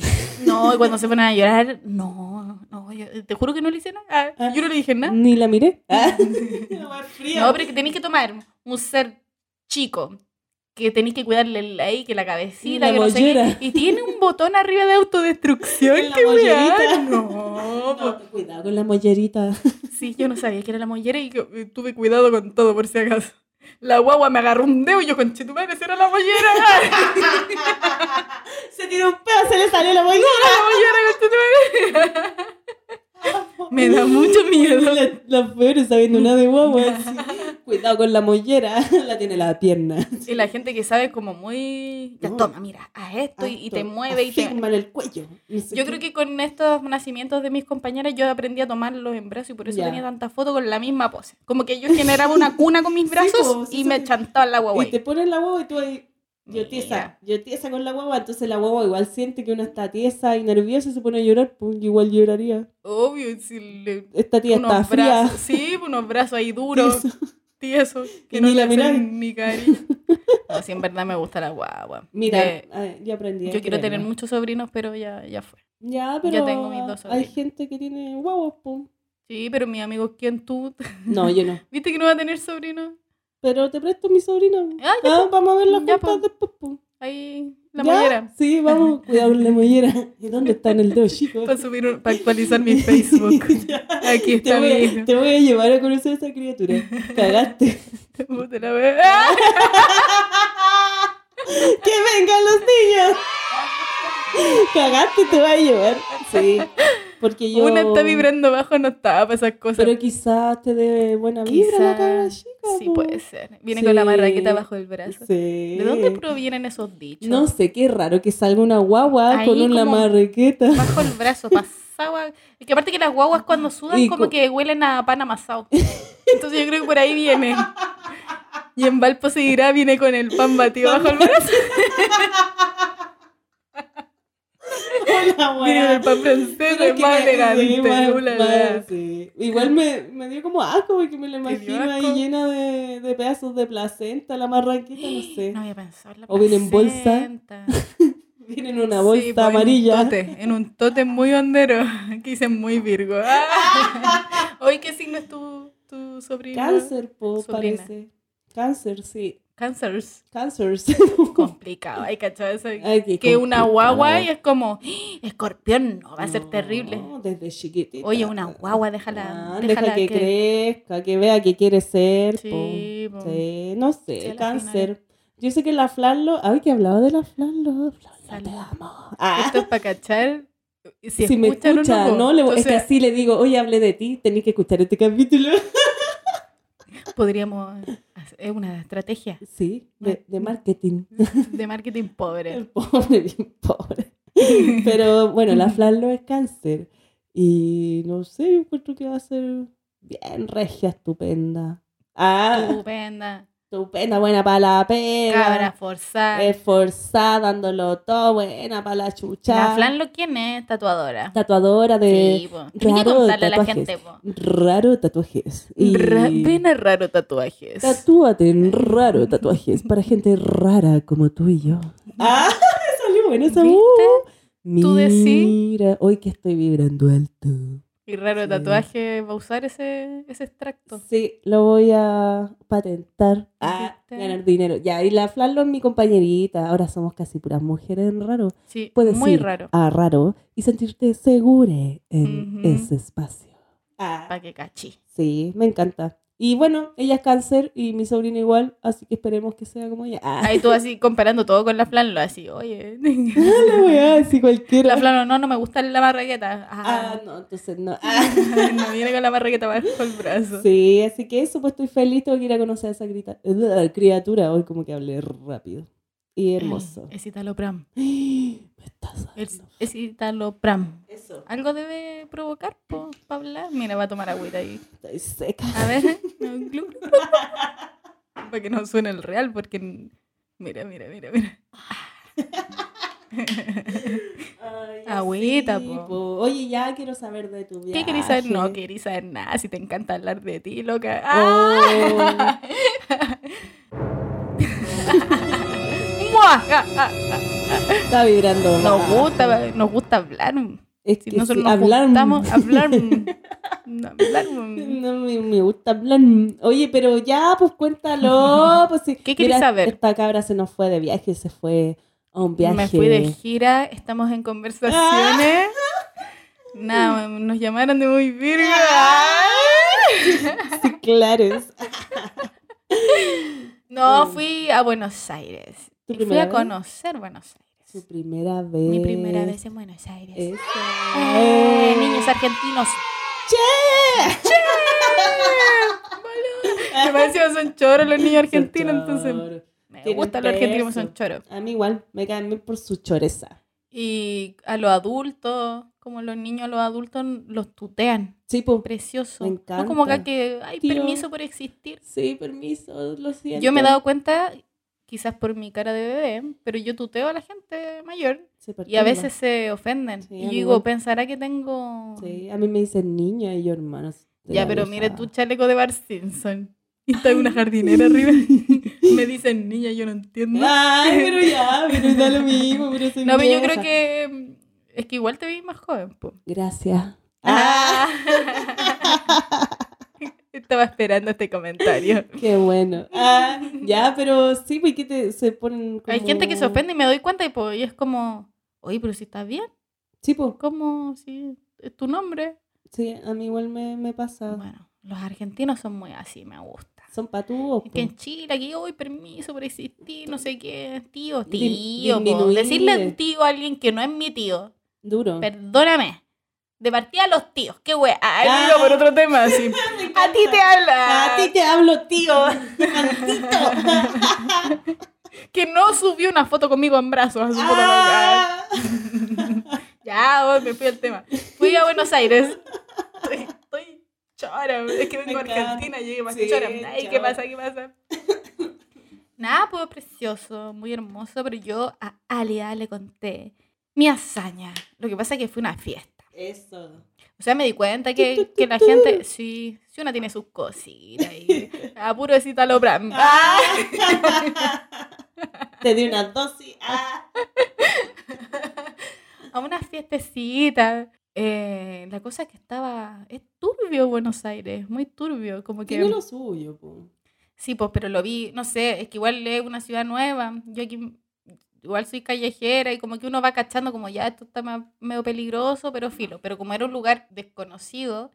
[SPEAKER 1] No, y cuando se ponen a llorar, no, no, yo- te juro que no le hice nada.
[SPEAKER 2] Ah.
[SPEAKER 1] Yo no le dije nada.
[SPEAKER 2] Ni la miré. Ah.
[SPEAKER 1] No, pero es que tenéis que tomar un ser chico que tenéis que cuidarle el- ahí, que la cabecita,
[SPEAKER 2] La
[SPEAKER 1] que no sé qué,
[SPEAKER 2] mollera.
[SPEAKER 1] Y tiene un botón arriba de autodestrucción.
[SPEAKER 2] En la
[SPEAKER 1] ¡Qué weá!
[SPEAKER 2] mollerita.
[SPEAKER 1] No, po.
[SPEAKER 2] No, pues, cuidado con la mollerita.
[SPEAKER 1] sí, yo no sabía que era la mollera y que- y tuve cuidado con todo por si acaso. La guagua me agarró un dedo y yo, conchetumare, esa era la mollera. Era
[SPEAKER 2] se tiró un pedo, se le salió la mollera.
[SPEAKER 1] la mollera, conchetumare. Me da mucho miedo.
[SPEAKER 2] La, la peor está viendo una de guagua. así. Cuidado con la mollera, la tiene la pierna.
[SPEAKER 1] Y la gente que sabe como muy... Ya
[SPEAKER 2] No.
[SPEAKER 1] toma, mira, haz esto y, y te mueve y te...
[SPEAKER 2] Afirma en el cuello. No sé
[SPEAKER 1] Yo
[SPEAKER 2] qué.
[SPEAKER 1] creo que con estos nacimientos de mis compañeras yo aprendí a tomarlos en brazos y por eso
[SPEAKER 2] Ya.
[SPEAKER 1] tenía tanta foto con la misma pose. Como que yo generaba una cuna con mis
[SPEAKER 2] Sí,
[SPEAKER 1] brazos
[SPEAKER 2] po, sí,
[SPEAKER 1] y
[SPEAKER 2] sí,
[SPEAKER 1] me
[SPEAKER 2] sí.
[SPEAKER 1] chantaba la guagua. Mm,
[SPEAKER 2] Y te ponen la guagua y tú ahí. Yo tiesa,
[SPEAKER 1] Mira.
[SPEAKER 2] yo tiesa con la guagua, entonces la guagua igual siente que uno está tiesa y nerviosa y se pone a llorar, pues igual lloraría.
[SPEAKER 1] Obvio, si le...
[SPEAKER 2] Esta tía
[SPEAKER 1] unos
[SPEAKER 2] está fría.
[SPEAKER 1] brazos, sí, unos brazos ahí duros,
[SPEAKER 2] tiesa.
[SPEAKER 1] tiesos, que
[SPEAKER 2] Y
[SPEAKER 1] no
[SPEAKER 2] ni
[SPEAKER 1] le
[SPEAKER 2] la miráis.
[SPEAKER 1] hacen ni cariño. No, sí, en verdad me gusta la guagua.
[SPEAKER 2] Mira,
[SPEAKER 1] Eh,
[SPEAKER 2] ay, yo aprendí. a
[SPEAKER 1] yo quiero tener
[SPEAKER 2] quererla.
[SPEAKER 1] muchos sobrinos, pero ya, ya fue.
[SPEAKER 2] Ya,
[SPEAKER 1] Yo
[SPEAKER 2] pero
[SPEAKER 1] tengo mis dos
[SPEAKER 2] hay
[SPEAKER 1] sobrinos.
[SPEAKER 2] gente que tiene guaguas, pum.
[SPEAKER 1] Sí, pero mi amigo, ¿quién tú?
[SPEAKER 2] No, yo no.
[SPEAKER 1] ¿Viste que no va a tener sobrinos?
[SPEAKER 2] Pero te presto mi sobrina.
[SPEAKER 1] Ah, ya,
[SPEAKER 2] Ah, vamos a verla
[SPEAKER 1] Ya, pues.
[SPEAKER 2] juntas
[SPEAKER 1] po.
[SPEAKER 2] después. pues. po.
[SPEAKER 1] Ahí, la
[SPEAKER 2] ¿Ya?
[SPEAKER 1] mollera.
[SPEAKER 2] Sí, vamos, cuidado con la mollera. ¿Y dónde está en el dedo, chico?
[SPEAKER 1] Para subir, un- para actualizar mi Facebook.
[SPEAKER 2] Ya.
[SPEAKER 1] Aquí
[SPEAKER 2] te,
[SPEAKER 1] está mi
[SPEAKER 2] voy,
[SPEAKER 1] hijo.
[SPEAKER 2] te voy a llevar a conocer a esa criatura. Cagaste.
[SPEAKER 1] Puta la wea. ¡Ah!
[SPEAKER 2] ¡Que vengan los niños! Cagaste, te voy a llevar. Sí. Porque yo.
[SPEAKER 1] Una está vibrando bajo, no estaba para esas cosas.
[SPEAKER 2] Pero quizás te dé buena vibra la cabra
[SPEAKER 1] Quizás.
[SPEAKER 2] chica.
[SPEAKER 1] Sí,
[SPEAKER 2] po.
[SPEAKER 1] puede ser. Viene con la
[SPEAKER 2] Sí.
[SPEAKER 1] marraqueta bajo el brazo.
[SPEAKER 2] Sí.
[SPEAKER 1] ¿De dónde provienen esos dichos?
[SPEAKER 2] No sé, qué raro que salga una guagua
[SPEAKER 1] Ahí
[SPEAKER 2] con una
[SPEAKER 1] como-
[SPEAKER 2] marrequeta.
[SPEAKER 1] Bajo el brazo, pasaba. Y que aparte que las guaguas cuando sudan
[SPEAKER 2] Y
[SPEAKER 1] como
[SPEAKER 2] co-
[SPEAKER 1] que huelen a pan amasado. Entonces yo creo que por ahí viene. Y en Valpo seguirá, viene con el pan batido bajo el brazo.
[SPEAKER 2] Hola,
[SPEAKER 1] Viene con el pan francés,
[SPEAKER 2] Pero
[SPEAKER 1] es
[SPEAKER 2] que
[SPEAKER 1] más
[SPEAKER 2] me-
[SPEAKER 1] elegante.
[SPEAKER 2] sí, más-
[SPEAKER 1] ulala.
[SPEAKER 2] más, sí. Igual me, me dio como asco porque me la
[SPEAKER 1] ¿Te dio
[SPEAKER 2] imagino ahí
[SPEAKER 1] asco?
[SPEAKER 2] llena de, de pedazos de placenta, la marranquita, no sé.
[SPEAKER 1] No había pensado en la
[SPEAKER 2] O viene en bolsa.
[SPEAKER 1] placenta.
[SPEAKER 2] Viene en una
[SPEAKER 1] Sí,
[SPEAKER 2] bolsa
[SPEAKER 1] pues, En un
[SPEAKER 2] amarilla.
[SPEAKER 1] tote, en un tote muy hondero, que dicen muy virgo. Ah. Hoy, ¿qué signo es tu, tu sobrino?
[SPEAKER 2] Cáncer, po,
[SPEAKER 1] Sobrina.
[SPEAKER 2] parece. Cáncer, sí.
[SPEAKER 1] Cáncer.
[SPEAKER 2] Cáncer.
[SPEAKER 1] Complicado, hay cachado eso.
[SPEAKER 2] Ay, qué
[SPEAKER 1] que una
[SPEAKER 2] complicado.
[SPEAKER 1] guagua y es como, "¡Ah! escorpión, no, va a ser
[SPEAKER 2] No,
[SPEAKER 1] terrible.
[SPEAKER 2] Desde chiquitita.
[SPEAKER 1] Oye, una guagua, déjala.
[SPEAKER 2] Ah,
[SPEAKER 1] déjala
[SPEAKER 2] deja que, crezca, que vea que quiere ser. po.
[SPEAKER 1] Sí, po.
[SPEAKER 2] Sí, no sé,
[SPEAKER 1] Mm. Sí, a la
[SPEAKER 2] cáncer. Yo sé que la Flanlo, ay, que hablaba de la Flanlo, Flanlo,
[SPEAKER 1] Flanlo.
[SPEAKER 2] te amo. Ah,
[SPEAKER 1] Esto es para cachar. Si,
[SPEAKER 2] si me
[SPEAKER 1] escucha, no,
[SPEAKER 2] escucha,
[SPEAKER 1] no, po.
[SPEAKER 2] no, le, es que
[SPEAKER 1] Entonces,
[SPEAKER 2] así le digo, oye, hablé de ti, tenés que escuchar este capítulo.
[SPEAKER 1] podríamos. hacer- Es una estrategia
[SPEAKER 2] Sí, de, de marketing.
[SPEAKER 1] de marketing pobre.
[SPEAKER 2] El pobre, bien pobre. Pero bueno, la Flanlo es cáncer. Y no sé, yo encuentro que va a ser bien regia, estupenda. Ah,
[SPEAKER 1] Estupenda.
[SPEAKER 2] Estupenda, buena para la
[SPEAKER 1] Uh. Cabra
[SPEAKER 2] pega.
[SPEAKER 1] forzada.
[SPEAKER 2] eh, Esforzada, dándolo todo, buena para la chucha.
[SPEAKER 1] La Flan lo quién es, tatuadora.
[SPEAKER 2] Tatuadora
[SPEAKER 1] Sí,
[SPEAKER 2] de
[SPEAKER 1] po. Tenía que
[SPEAKER 2] Eh, raro
[SPEAKER 1] contarle a la
[SPEAKER 2] tatuajes.
[SPEAKER 1] gente, po.
[SPEAKER 2] raro tatuajes. Y
[SPEAKER 1] Ra- ven a raro tatuajes.
[SPEAKER 2] Tatúate en raro tatuajes para gente rara como tú y yo. Ah, salió bueno esa
[SPEAKER 1] ¿Viste?
[SPEAKER 2] uh.
[SPEAKER 1] Tú decí.
[SPEAKER 2] Mira, hoy que estoy vibrando alto.
[SPEAKER 1] y raro
[SPEAKER 2] Sí.
[SPEAKER 1] tatuaje va a usar ese, ese extracto.
[SPEAKER 2] Sí, lo voy a patentar. Ah,
[SPEAKER 1] ¿Viste?
[SPEAKER 2] ganar dinero. Ya, y la Flan lo es mi compañerita. Ahora somos casi puras mujeres en raro.
[SPEAKER 1] Sí,
[SPEAKER 2] Puedes
[SPEAKER 1] muy
[SPEAKER 2] ir
[SPEAKER 1] raro.
[SPEAKER 2] a raro y sentirte segura en
[SPEAKER 1] Ujú.
[SPEAKER 2] ese espacio. Ah.
[SPEAKER 1] Para que cachí.
[SPEAKER 2] Sí, me encanta. Y bueno, ella es cáncer y mi sobrina igual, así que esperemos que sea como ella. Ah,
[SPEAKER 1] Ahí tú así comparando todo con la Flan, lo así, oye.
[SPEAKER 2] la weá, así cualquiera.
[SPEAKER 1] la Flan, no, no me gusta la marraqueta.
[SPEAKER 2] Ah,
[SPEAKER 1] Ah,
[SPEAKER 2] no, entonces no. Ah,
[SPEAKER 1] no viene con la marraqueta bajo el brazo.
[SPEAKER 2] sí, así que eso, pues estoy feliz, tengo que ir a conocer a esa grita- criatura. Hoy como que hablé rápido. Y hermoso.
[SPEAKER 1] Eh, Es Italopram.
[SPEAKER 2] Me estás
[SPEAKER 1] Es,
[SPEAKER 2] dando
[SPEAKER 1] es Italopram.
[SPEAKER 2] Eso.
[SPEAKER 1] Algo debe provocar para hablar. Mira, va a tomar agüita ahí.
[SPEAKER 2] Estoy seca.
[SPEAKER 1] A ver, ¿eh? para que no suene el real, porque n- mira, mira, mira, mira.
[SPEAKER 2] Ay,
[SPEAKER 1] Agüita,
[SPEAKER 2] sí,
[SPEAKER 1] po.
[SPEAKER 2] po. Oye, ya quiero saber de tu viaje.
[SPEAKER 1] ¿Qué querís saber? No querís saber nada. Si te encanta hablar de ti, loca. ¡Ah!
[SPEAKER 2] Oh.
[SPEAKER 1] ¡Mua! Ah, ah,
[SPEAKER 2] Está vibrando.
[SPEAKER 1] Nos
[SPEAKER 2] más.
[SPEAKER 1] gusta, nos gusta hablar.
[SPEAKER 2] Es
[SPEAKER 1] Si
[SPEAKER 2] que
[SPEAKER 1] nosotros
[SPEAKER 2] sí,
[SPEAKER 1] nos
[SPEAKER 2] hablar-
[SPEAKER 1] juntamos, hablar. no, hablar.
[SPEAKER 2] No me, me gusta hablar. Oye, pero ya, pues cuéntalo. Pues, sí.
[SPEAKER 1] ¿Qué querés
[SPEAKER 2] Mira,
[SPEAKER 1] saber?
[SPEAKER 2] Esta cabra se nos fue de viaje, se fue a un viaje.
[SPEAKER 1] Me fui de gira, estamos en conversaciones. Nada, nos llamaron de muy virgo.
[SPEAKER 2] Sí, claro.
[SPEAKER 1] No,
[SPEAKER 2] Mm.
[SPEAKER 1] fui a Buenos Aires.
[SPEAKER 2] ¿Tu
[SPEAKER 1] Y Fui
[SPEAKER 2] primera
[SPEAKER 1] a
[SPEAKER 2] vez?
[SPEAKER 1] conocer Buenos
[SPEAKER 2] Su
[SPEAKER 1] Aires.
[SPEAKER 2] primera vez.
[SPEAKER 1] Mi primera vez en Buenos Aires.
[SPEAKER 2] Eso. Oh.
[SPEAKER 1] Eh, niños argentinos.
[SPEAKER 2] ¡Che!
[SPEAKER 1] Que me decían son choros los niños argentinos,
[SPEAKER 2] Son
[SPEAKER 1] entonces
[SPEAKER 2] choros.
[SPEAKER 1] me
[SPEAKER 2] Tienen
[SPEAKER 1] gustan los argentinos
[SPEAKER 2] peso.
[SPEAKER 1] son choros.
[SPEAKER 2] A mí igual, me caen bien por su choreza.
[SPEAKER 1] Y a los adultos, como los niños a los adultos los tutean.
[SPEAKER 2] Sí, pues.
[SPEAKER 1] Precioso.
[SPEAKER 2] Me
[SPEAKER 1] No como acá
[SPEAKER 2] encanta.
[SPEAKER 1] que hay
[SPEAKER 2] Tío.
[SPEAKER 1] permiso por existir.
[SPEAKER 2] Sí, permiso, lo siento.
[SPEAKER 1] Yo me he dado cuenta, quizás por mi cara de bebé, pero yo tuteo a la gente mayor
[SPEAKER 2] Se
[SPEAKER 1] y a
[SPEAKER 2] perturba.
[SPEAKER 1] veces se ofenden.
[SPEAKER 2] Sí,
[SPEAKER 1] y yo
[SPEAKER 2] a mí
[SPEAKER 1] digo,
[SPEAKER 2] igual.
[SPEAKER 1] pensará que tengo.
[SPEAKER 2] Sí, a mí me dicen niña y yo hermanos. de
[SPEAKER 1] ya,
[SPEAKER 2] la
[SPEAKER 1] pero
[SPEAKER 2] vieja.
[SPEAKER 1] mire tu chaleco de Bar Simpson. Y está una jardinera arriba. Me dicen niña, yo no entiendo.
[SPEAKER 2] Ay, pero ya, pero da lo mismo, pero soy
[SPEAKER 1] No, pero yo
[SPEAKER 2] vieja.
[SPEAKER 1] creo que. mm, Es que igual te vi más joven, po.
[SPEAKER 2] Gracias. Ah.
[SPEAKER 1] Ah. Estaba esperando este comentario.
[SPEAKER 2] Qué bueno. Ah, ya, pero sí, pues que te, se ponen como...
[SPEAKER 1] Hay gente que se ofende y me doy cuenta y, po, y es como, oye, pero si estás bien,
[SPEAKER 2] Sí, pues,
[SPEAKER 1] ¿cómo? Si es tu nombre.
[SPEAKER 2] sí, a mí igual me, me pasa.
[SPEAKER 1] Bueno, los argentinos son muy así, me gusta.
[SPEAKER 2] Son patúos,
[SPEAKER 1] Es
[SPEAKER 2] po.
[SPEAKER 1] que en Chile, aquí hoy permiso por existir, no sé qué, tío,
[SPEAKER 2] Di-
[SPEAKER 1] tío. po.
[SPEAKER 2] disminuirle.
[SPEAKER 1] Decirle tío a alguien que no es mi tío,
[SPEAKER 2] Duro.
[SPEAKER 1] perdóname. De partida los tíos, qué wea. Ay,
[SPEAKER 2] Ah.
[SPEAKER 1] digo, por otro tema, así. a ti te habla.
[SPEAKER 2] A ti te hablo, tío. Maldito.
[SPEAKER 1] Que no subió una foto conmigo en brazos. hace un poco de-
[SPEAKER 2] Ah.
[SPEAKER 1] Ya, hoy me fui al tema. Fui a Buenos Aires. Estoy, estoy chora. Es que vengo a
[SPEAKER 2] Me encanta.
[SPEAKER 1] Argentina y llegué más
[SPEAKER 2] Sí,
[SPEAKER 1] chora. Ay, ¿qué
[SPEAKER 2] chora.
[SPEAKER 1] pasa? ¿Qué pasa? Nada, pues precioso, muy hermoso, pero yo a Alia le conté mi hazaña. Lo que pasa es que fue una fiesta.
[SPEAKER 2] Eso.
[SPEAKER 1] O sea, me di cuenta que, que la gente, sí, si una tiene sus cositas y a puro decir talopram.
[SPEAKER 2] Ah. Te di una dosis. Ah.
[SPEAKER 1] a una fiestecita. Eh, la cosa es que estaba. Es turbio Buenos Aires, muy turbio. Como que.
[SPEAKER 2] Tiene lo suyo, po.
[SPEAKER 1] Sí, pues, pero lo vi, no sé, es que igual es una ciudad nueva. Yo aquí. Igual soy callejera y como que uno va cachando, como ya esto está ma- medio peligroso, pero filo. Pero como era un lugar desconocido,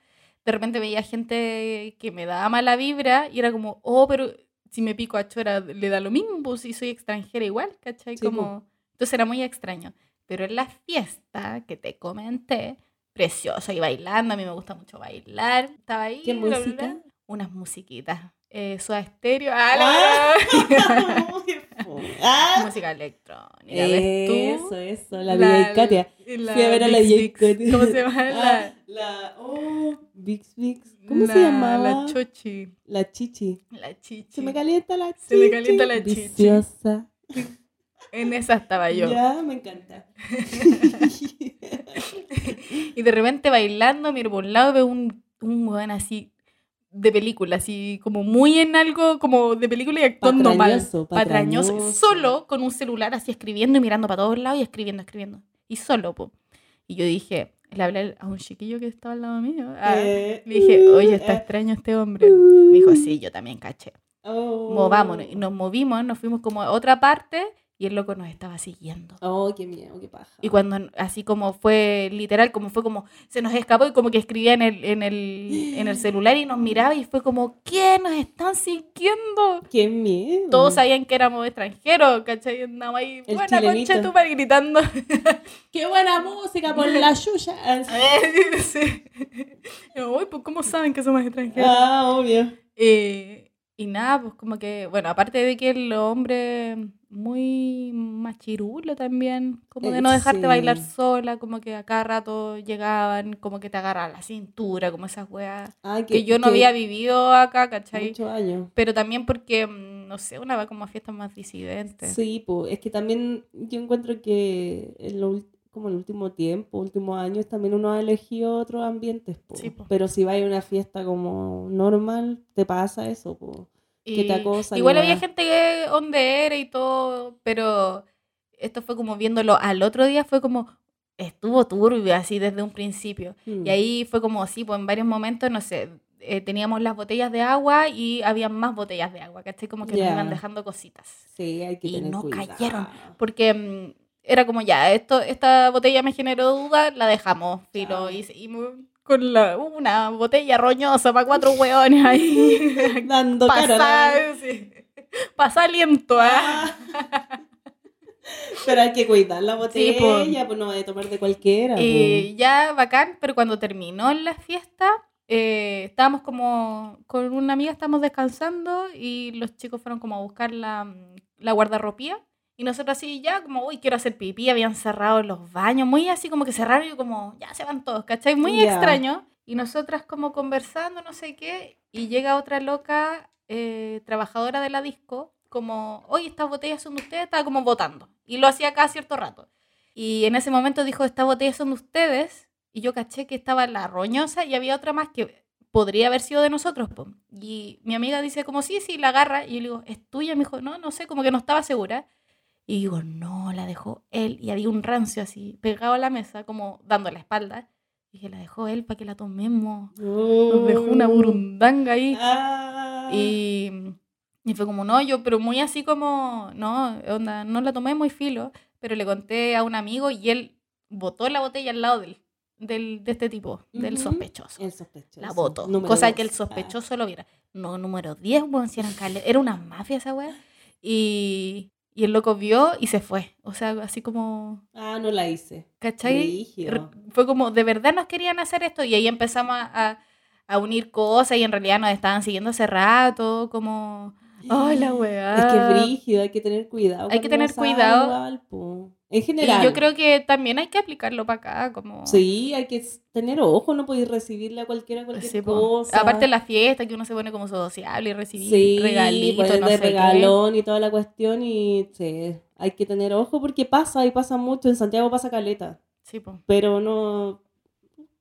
[SPEAKER 1] de repente veía gente que me daba mala vibra y era como, oh, pero si me pico a Chora le da lo mismo, pues, si soy extranjera igual, ¿cachai?
[SPEAKER 2] Sí, pues.
[SPEAKER 1] como... Entonces era muy extraño. Pero en la fiesta que te comenté, precioso, y bailando, a mí me gusta mucho bailar, estaba ahí.
[SPEAKER 2] ¿Qué
[SPEAKER 1] bla, bla,
[SPEAKER 2] música?
[SPEAKER 1] bla. Unas musiquitas. Eh, Soda Stereo. ¡Ah,
[SPEAKER 2] Ah.
[SPEAKER 1] la verdad!
[SPEAKER 2] Uy, po. ¡Ah!
[SPEAKER 1] Música electrónica. ¿Ves tú?
[SPEAKER 2] Eso, eso, la vida de Katia. Fui a ver a la
[SPEAKER 1] Vix
[SPEAKER 2] Jake
[SPEAKER 1] Vix.
[SPEAKER 2] Katia.
[SPEAKER 1] ¿Cómo se llama?
[SPEAKER 2] Ah,
[SPEAKER 1] La,
[SPEAKER 2] la. Oh, Vix Vix. ¿Cómo se
[SPEAKER 1] la-
[SPEAKER 2] llamaba?
[SPEAKER 1] La chochi.
[SPEAKER 2] La chichi.
[SPEAKER 1] La chichi.
[SPEAKER 2] Se me calienta la chichi.
[SPEAKER 1] Se me calienta la chichi.
[SPEAKER 2] Viciosa.
[SPEAKER 1] En esa estaba yo.
[SPEAKER 2] Ya, me encanta.
[SPEAKER 1] Y de repente bailando, miro por un lado, veo un, un weón así de película, así como muy en algo como de película y actuando mal.
[SPEAKER 2] Patrañoso,
[SPEAKER 1] Patrañoso.
[SPEAKER 2] patrañoso.
[SPEAKER 1] Solo con un celular así escribiendo y mirando para todos lados y escribiendo, escribiendo. Y solo, po. Y yo dije, le hablé a un chiquillo que estaba al lado mío. ah,
[SPEAKER 2] Eh,
[SPEAKER 1] le dije, oye, está
[SPEAKER 2] eh,
[SPEAKER 1] extraño este hombre. Me dijo, sí, yo también caché.
[SPEAKER 2] Oh.
[SPEAKER 1] Movámonos. Y nos movimos, nos fuimos como a otra parte y el loco nos estaba siguiendo.
[SPEAKER 2] Oh, qué miedo, qué paja.
[SPEAKER 1] Y cuando así como fue literal, como fue como se nos escapó y como que escribía en el, en el, en el celular y nos miraba y fue como, ¿qué? Nos están siguiendo.
[SPEAKER 2] Qué miedo.
[SPEAKER 1] Todos sabían que éramos extranjeros, ¿cachai? Y Andamos ahí,
[SPEAKER 2] El
[SPEAKER 1] buena
[SPEAKER 2] chilenito.
[SPEAKER 1] concha tu madre", gritando.
[SPEAKER 2] Qué buena música por la yuya.
[SPEAKER 1] Sí. Y yo, Uy, pues ¿cómo saben que somos extranjeros?
[SPEAKER 2] Ah, obvio.
[SPEAKER 1] Eh, y nada, pues como que, bueno, aparte de que el hombre muy machirulo también, como de
[SPEAKER 2] Eh,
[SPEAKER 1] no dejarte
[SPEAKER 2] sí.
[SPEAKER 1] bailar sola, como que a cada rato llegaban, como que te agarraban la cintura, como esas weas
[SPEAKER 2] Ah,
[SPEAKER 1] que yo no había vivido acá, ¿cachai?
[SPEAKER 2] Muchos años.
[SPEAKER 1] Pero también porque, mm, no sé, una va como a fiestas más disidentes.
[SPEAKER 2] Sí, pues es que también yo encuentro que en lo ul- como en el último tiempo, últimos años, también uno ha elegido otros ambientes, po.
[SPEAKER 1] Sí, po.
[SPEAKER 2] pero si vais a una fiesta como normal, te pasa eso, po. que te
[SPEAKER 1] Y
[SPEAKER 2] acosan y
[SPEAKER 1] Igual había
[SPEAKER 2] weas.
[SPEAKER 1] gente que donde era y todo, pero esto fue como viéndolo al otro día, fue como, estuvo turbio así desde un principio.
[SPEAKER 2] Mm.
[SPEAKER 1] Y ahí fue como, sí, pues en varios momentos, no sé, eh, teníamos las botellas de agua y había más botellas de agua, ¿cachai? Como que
[SPEAKER 2] Ya.
[SPEAKER 1] nos iban dejando cositas.
[SPEAKER 2] Sí, hay que
[SPEAKER 1] y
[SPEAKER 2] tener
[SPEAKER 1] no
[SPEAKER 2] cuidado.
[SPEAKER 1] cayeron. Porque mm, era como, ya, esto esta botella me generó duda, la dejamos. Y
[SPEAKER 2] Chao.
[SPEAKER 1] lo hice y mu- con la, una botella roñosa para cuatro hueones ahí.
[SPEAKER 2] Dando cara.
[SPEAKER 1] Pasar, sí. Pasar aliento, ¿ah?
[SPEAKER 2] Ah. Pero hay que cuidar la botella,
[SPEAKER 1] Sí, po.
[SPEAKER 2] pues no hay de tomar de cualquiera. po.
[SPEAKER 1] Eh, ya bacán, pero cuando terminó la fiesta, eh, estábamos como con una amiga, estábamos descansando y los chicos fueron como a buscar la, mm, la guardarropía. Y nosotros así ya, como, uy, quiero hacer pipí, habían cerrado los baños, muy así como que cerraron y como, ya se van todos, ¿cachai? Muy
[SPEAKER 2] Ya.
[SPEAKER 1] extraño. Y nosotras como conversando, no sé qué, y llega otra loca eh, trabajadora de la disco, como, oye, estas botellas son de ustedes, estaba como votando. Y lo hacía cada cierto rato. Y en ese momento dijo, estas botellas son de ustedes. Y yo caché que estaba la roñosa y había otra más que podría haber sido de nosotros. po. Y mi amiga dice, como, sí, sí, la agarra. Y yo le digo, ¿es tuya? Me dijo, no, no sé, como que no estaba segura. Y digo, no, la dejó él. Y había un rancio así, pegado a la mesa, como dando la espalda. dije, la dejó él para que la tomemos. Nos dejó una
[SPEAKER 2] Oh.
[SPEAKER 1] burundanga ahí.
[SPEAKER 2] Ah.
[SPEAKER 1] Y, y fue como, no, yo, pero muy así como, no, eh, onda, no la tomé muy filo, pero le conté a un amigo y él botó la botella al lado del, del- de este tipo, del
[SPEAKER 2] Ujú.
[SPEAKER 1] sospechoso.
[SPEAKER 2] El sospechoso.
[SPEAKER 1] La botó,
[SPEAKER 2] Número
[SPEAKER 1] cosa
[SPEAKER 2] dos.
[SPEAKER 1] que el
[SPEAKER 2] Ah.
[SPEAKER 1] sospechoso lo viera. No, número 10, weón, si eran cale- era una mafia esa weá. Y, y el loco vio y se fue. O sea, así como,
[SPEAKER 2] Ah, no la hice.
[SPEAKER 1] ¿cachai?
[SPEAKER 2] Brígido.
[SPEAKER 1] R- Fue como, de verdad nos querían hacer esto y ahí empezamos a, a- a unir cosas y en realidad nos estaban siguiendo hace rato, como... ¡Ay, la weá!
[SPEAKER 2] Es que es brígido, hay que tener cuidado.
[SPEAKER 1] Hay que
[SPEAKER 2] cuando
[SPEAKER 1] tener
[SPEAKER 2] uno sale
[SPEAKER 1] cuidado.
[SPEAKER 2] igual, po. En general.
[SPEAKER 1] Y yo creo que también hay que aplicarlo para acá, como...
[SPEAKER 2] Sí, hay que s- tener ojo, no podéis recibirle a cualquiera cualquier
[SPEAKER 1] Sí, po.
[SPEAKER 2] cosa.
[SPEAKER 1] Aparte la fiesta, que uno se pone como sociable y recibir
[SPEAKER 2] Sí,
[SPEAKER 1] regalitos,
[SPEAKER 2] pues,
[SPEAKER 1] no
[SPEAKER 2] de
[SPEAKER 1] sé
[SPEAKER 2] regalón y toda la cuestión y sí, hay que tener ojo porque pasa y pasa mucho, en Santiago pasa caleta,
[SPEAKER 1] qué. Sí, po.
[SPEAKER 2] pero no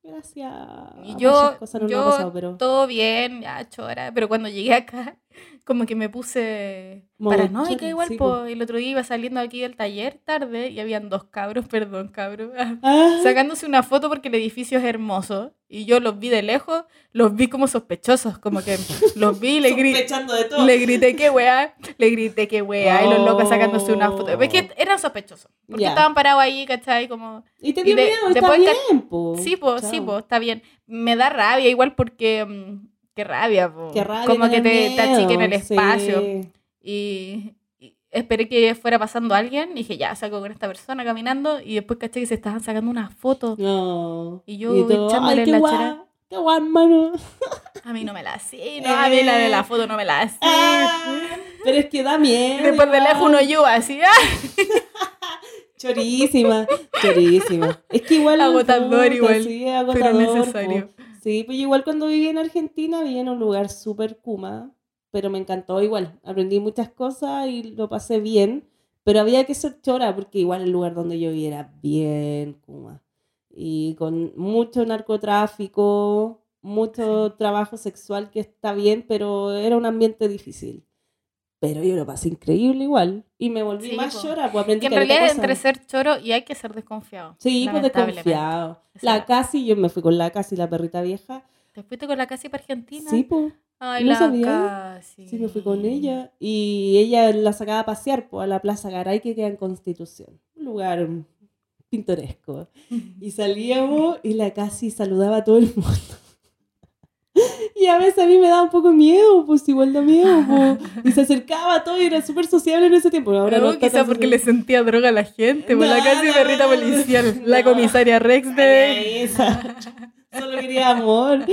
[SPEAKER 2] gracias. a
[SPEAKER 1] Y yo-
[SPEAKER 2] muchas cosas no me ha
[SPEAKER 1] yo
[SPEAKER 2] pasado, pero
[SPEAKER 1] Todo bien, ya chora, pero cuando llegué acá, como que me puse
[SPEAKER 2] Modo
[SPEAKER 1] paranoica
[SPEAKER 2] chora,
[SPEAKER 1] igual,
[SPEAKER 2] sí,
[SPEAKER 1] po.
[SPEAKER 2] po.
[SPEAKER 1] El otro día iba saliendo aquí del taller tarde y habían dos cabros, perdón, cabros,
[SPEAKER 2] Ah,
[SPEAKER 1] sacándose una foto porque el edificio es hermoso. Y yo los vi de lejos, los vi como sospechosos, como que los vi y le grité.
[SPEAKER 2] sospechando de todo.
[SPEAKER 1] Le grité que weá, le grité que weá, y los locos sacándose una foto.
[SPEAKER 2] Oh.
[SPEAKER 1] Es que eran sospechosos, porque
[SPEAKER 2] Ya.
[SPEAKER 1] estaban parados ahí, ¿cachai? Como,
[SPEAKER 2] Y te
[SPEAKER 1] y
[SPEAKER 2] dio
[SPEAKER 1] de-
[SPEAKER 2] miedo, está
[SPEAKER 1] después ca-
[SPEAKER 2] bien, po.
[SPEAKER 1] sí, po, sí,
[SPEAKER 2] Chao.
[SPEAKER 1] po, está bien. Me da rabia igual porque, mm, qué rabia, po.
[SPEAKER 2] Qué rabia
[SPEAKER 1] Como que te,
[SPEAKER 2] tener
[SPEAKER 1] te achiquen el
[SPEAKER 2] miedo, sí.
[SPEAKER 1] espacio. Y, y esperé que fuera pasando alguien, y dije, ya, saco con esta persona caminando, y después caché que se estaban sacando una foto.
[SPEAKER 2] No.
[SPEAKER 1] Y yo echándole
[SPEAKER 2] ay, qué
[SPEAKER 1] la
[SPEAKER 2] guay,
[SPEAKER 1] chara.
[SPEAKER 2] Qué guay, mano.
[SPEAKER 1] A mí no me la hacía, no, a mí la de la foto no me la hacía.
[SPEAKER 2] Ah. Pero es que da miedo.
[SPEAKER 1] Después de
[SPEAKER 2] igual.
[SPEAKER 1] lejos uno yo así, ¡ah!
[SPEAKER 2] Chorísima, chorísima. Es que igual.
[SPEAKER 1] Agotador
[SPEAKER 2] puta,
[SPEAKER 1] igual,
[SPEAKER 2] Sí, es agotador,
[SPEAKER 1] necesario.
[SPEAKER 2] po. Sí, pues yo igual cuando viví en Argentina, viví en un lugar súper kuma, pero me encantó igual. Aprendí muchas cosas y lo pasé bien, pero había que ser chora porque igual el lugar donde yo vivía era bien kuma. Y con mucho narcotráfico, mucho trabajo sexual que está bien, pero era un ambiente difícil. Pero yo lo pasé increíble igual. Y me volví
[SPEAKER 1] Sí,
[SPEAKER 2] más
[SPEAKER 1] po.
[SPEAKER 2] chora, pues aprendí
[SPEAKER 1] Que en
[SPEAKER 2] caleta
[SPEAKER 1] realidad
[SPEAKER 2] cosa.
[SPEAKER 1] entre ser choro y hay que ser desconfiado.
[SPEAKER 2] Sí, pues
[SPEAKER 1] lamentablemente.
[SPEAKER 2] desconfiado. La
[SPEAKER 1] Exacto.
[SPEAKER 2] Casi, yo me fui con la Casi, la perrita vieja.
[SPEAKER 1] ¿Te fuiste con la Casi para Argentina?
[SPEAKER 2] Sí, pues.
[SPEAKER 1] Ay,
[SPEAKER 2] no
[SPEAKER 1] la
[SPEAKER 2] sabía.
[SPEAKER 1] Casi.
[SPEAKER 2] Sí, me fui con ella. Y ella la sacaba a pasear po, a la Plaza Garay, que queda en Constitución. Un lugar mm, pintoresco. Y salíamos y la casi saludaba a todo el mundo. Y a veces a mí me daba un poco miedo, pues igual da miedo. po. Y se acercaba a todo y era súper sociable en ese tiempo. Ahora no,
[SPEAKER 1] no,
[SPEAKER 2] está
[SPEAKER 1] quizá
[SPEAKER 2] tan
[SPEAKER 1] porque le
[SPEAKER 2] sociable.
[SPEAKER 1] sentía droga a la gente, por la
[SPEAKER 2] No,
[SPEAKER 1] casi
[SPEAKER 2] no,
[SPEAKER 1] perrita
[SPEAKER 2] no, no.
[SPEAKER 1] policial, la
[SPEAKER 2] No.
[SPEAKER 1] comisaria Rex de...
[SPEAKER 2] Ay, esa. Solo quería amor.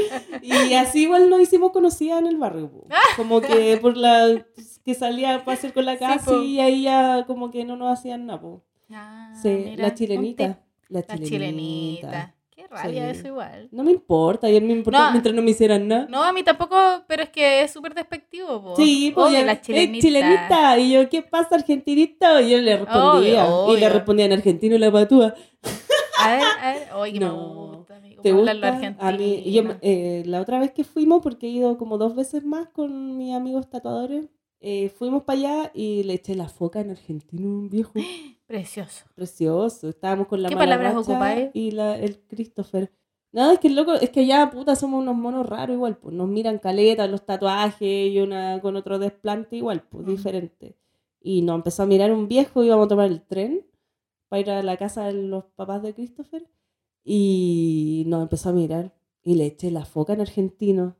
[SPEAKER 2] Y así igual nos hicimos conocidas en el barrio. po.
[SPEAKER 1] Ah.
[SPEAKER 2] Como que por la que salía a pasear con la
[SPEAKER 1] Sí,
[SPEAKER 2] casi
[SPEAKER 1] po.
[SPEAKER 2] y ahí ya como que no nos hacían nada. po.
[SPEAKER 1] Ah,
[SPEAKER 2] Sí,
[SPEAKER 1] mira,
[SPEAKER 2] la
[SPEAKER 1] un tip.
[SPEAKER 2] chilenita. La
[SPEAKER 1] La
[SPEAKER 2] chilenita.
[SPEAKER 1] chilenita. Qué rabia
[SPEAKER 2] Sí.
[SPEAKER 1] eso igual.
[SPEAKER 2] No me importa, y a mí me importa
[SPEAKER 1] No.
[SPEAKER 2] mientras no me hicieran nada.
[SPEAKER 1] No, a mí tampoco, pero es que es súper despectivo, po.
[SPEAKER 2] Sí, pues
[SPEAKER 1] Obvio,
[SPEAKER 2] yo,
[SPEAKER 1] la
[SPEAKER 2] "Eh,
[SPEAKER 1] chilenita.
[SPEAKER 2] chilenita. Y yo, ¿qué pasa, argentinito? Y yo le respondía.
[SPEAKER 1] Obvio,
[SPEAKER 2] Y le
[SPEAKER 1] obvio.
[SPEAKER 2] respondía en argentino la patúa.
[SPEAKER 1] A ver, a ver. Oye, que
[SPEAKER 2] No.
[SPEAKER 1] me gusta, amigo.
[SPEAKER 2] ¿Te
[SPEAKER 1] ¿Cómo
[SPEAKER 2] gusta?
[SPEAKER 1] hablan los argentinos?
[SPEAKER 2] A mí, yo, eh, la otra vez que fuimos, porque he ido como dos veces más con mis amigos tatuadores, eh, fuimos para allá y le eché la foca en argentino a un viejo
[SPEAKER 1] Precioso.
[SPEAKER 2] precioso. Estábamos con la
[SPEAKER 1] ¿Qué
[SPEAKER 2] mala
[SPEAKER 1] palabras
[SPEAKER 2] racha
[SPEAKER 1] ocupáis?
[SPEAKER 2] Y la, el Christopher. Nada, es que el loco, es que ya puta somos unos monos raros igual, pues nos miran caleta, los tatuajes y una con otro desplante igual, pues
[SPEAKER 1] Ujú.
[SPEAKER 2] diferente. Y nos empezó a mirar un viejo, íbamos a tomar el tren para ir a la casa de los papás de Christopher y nos empezó a mirar y le eché la foca en argentino.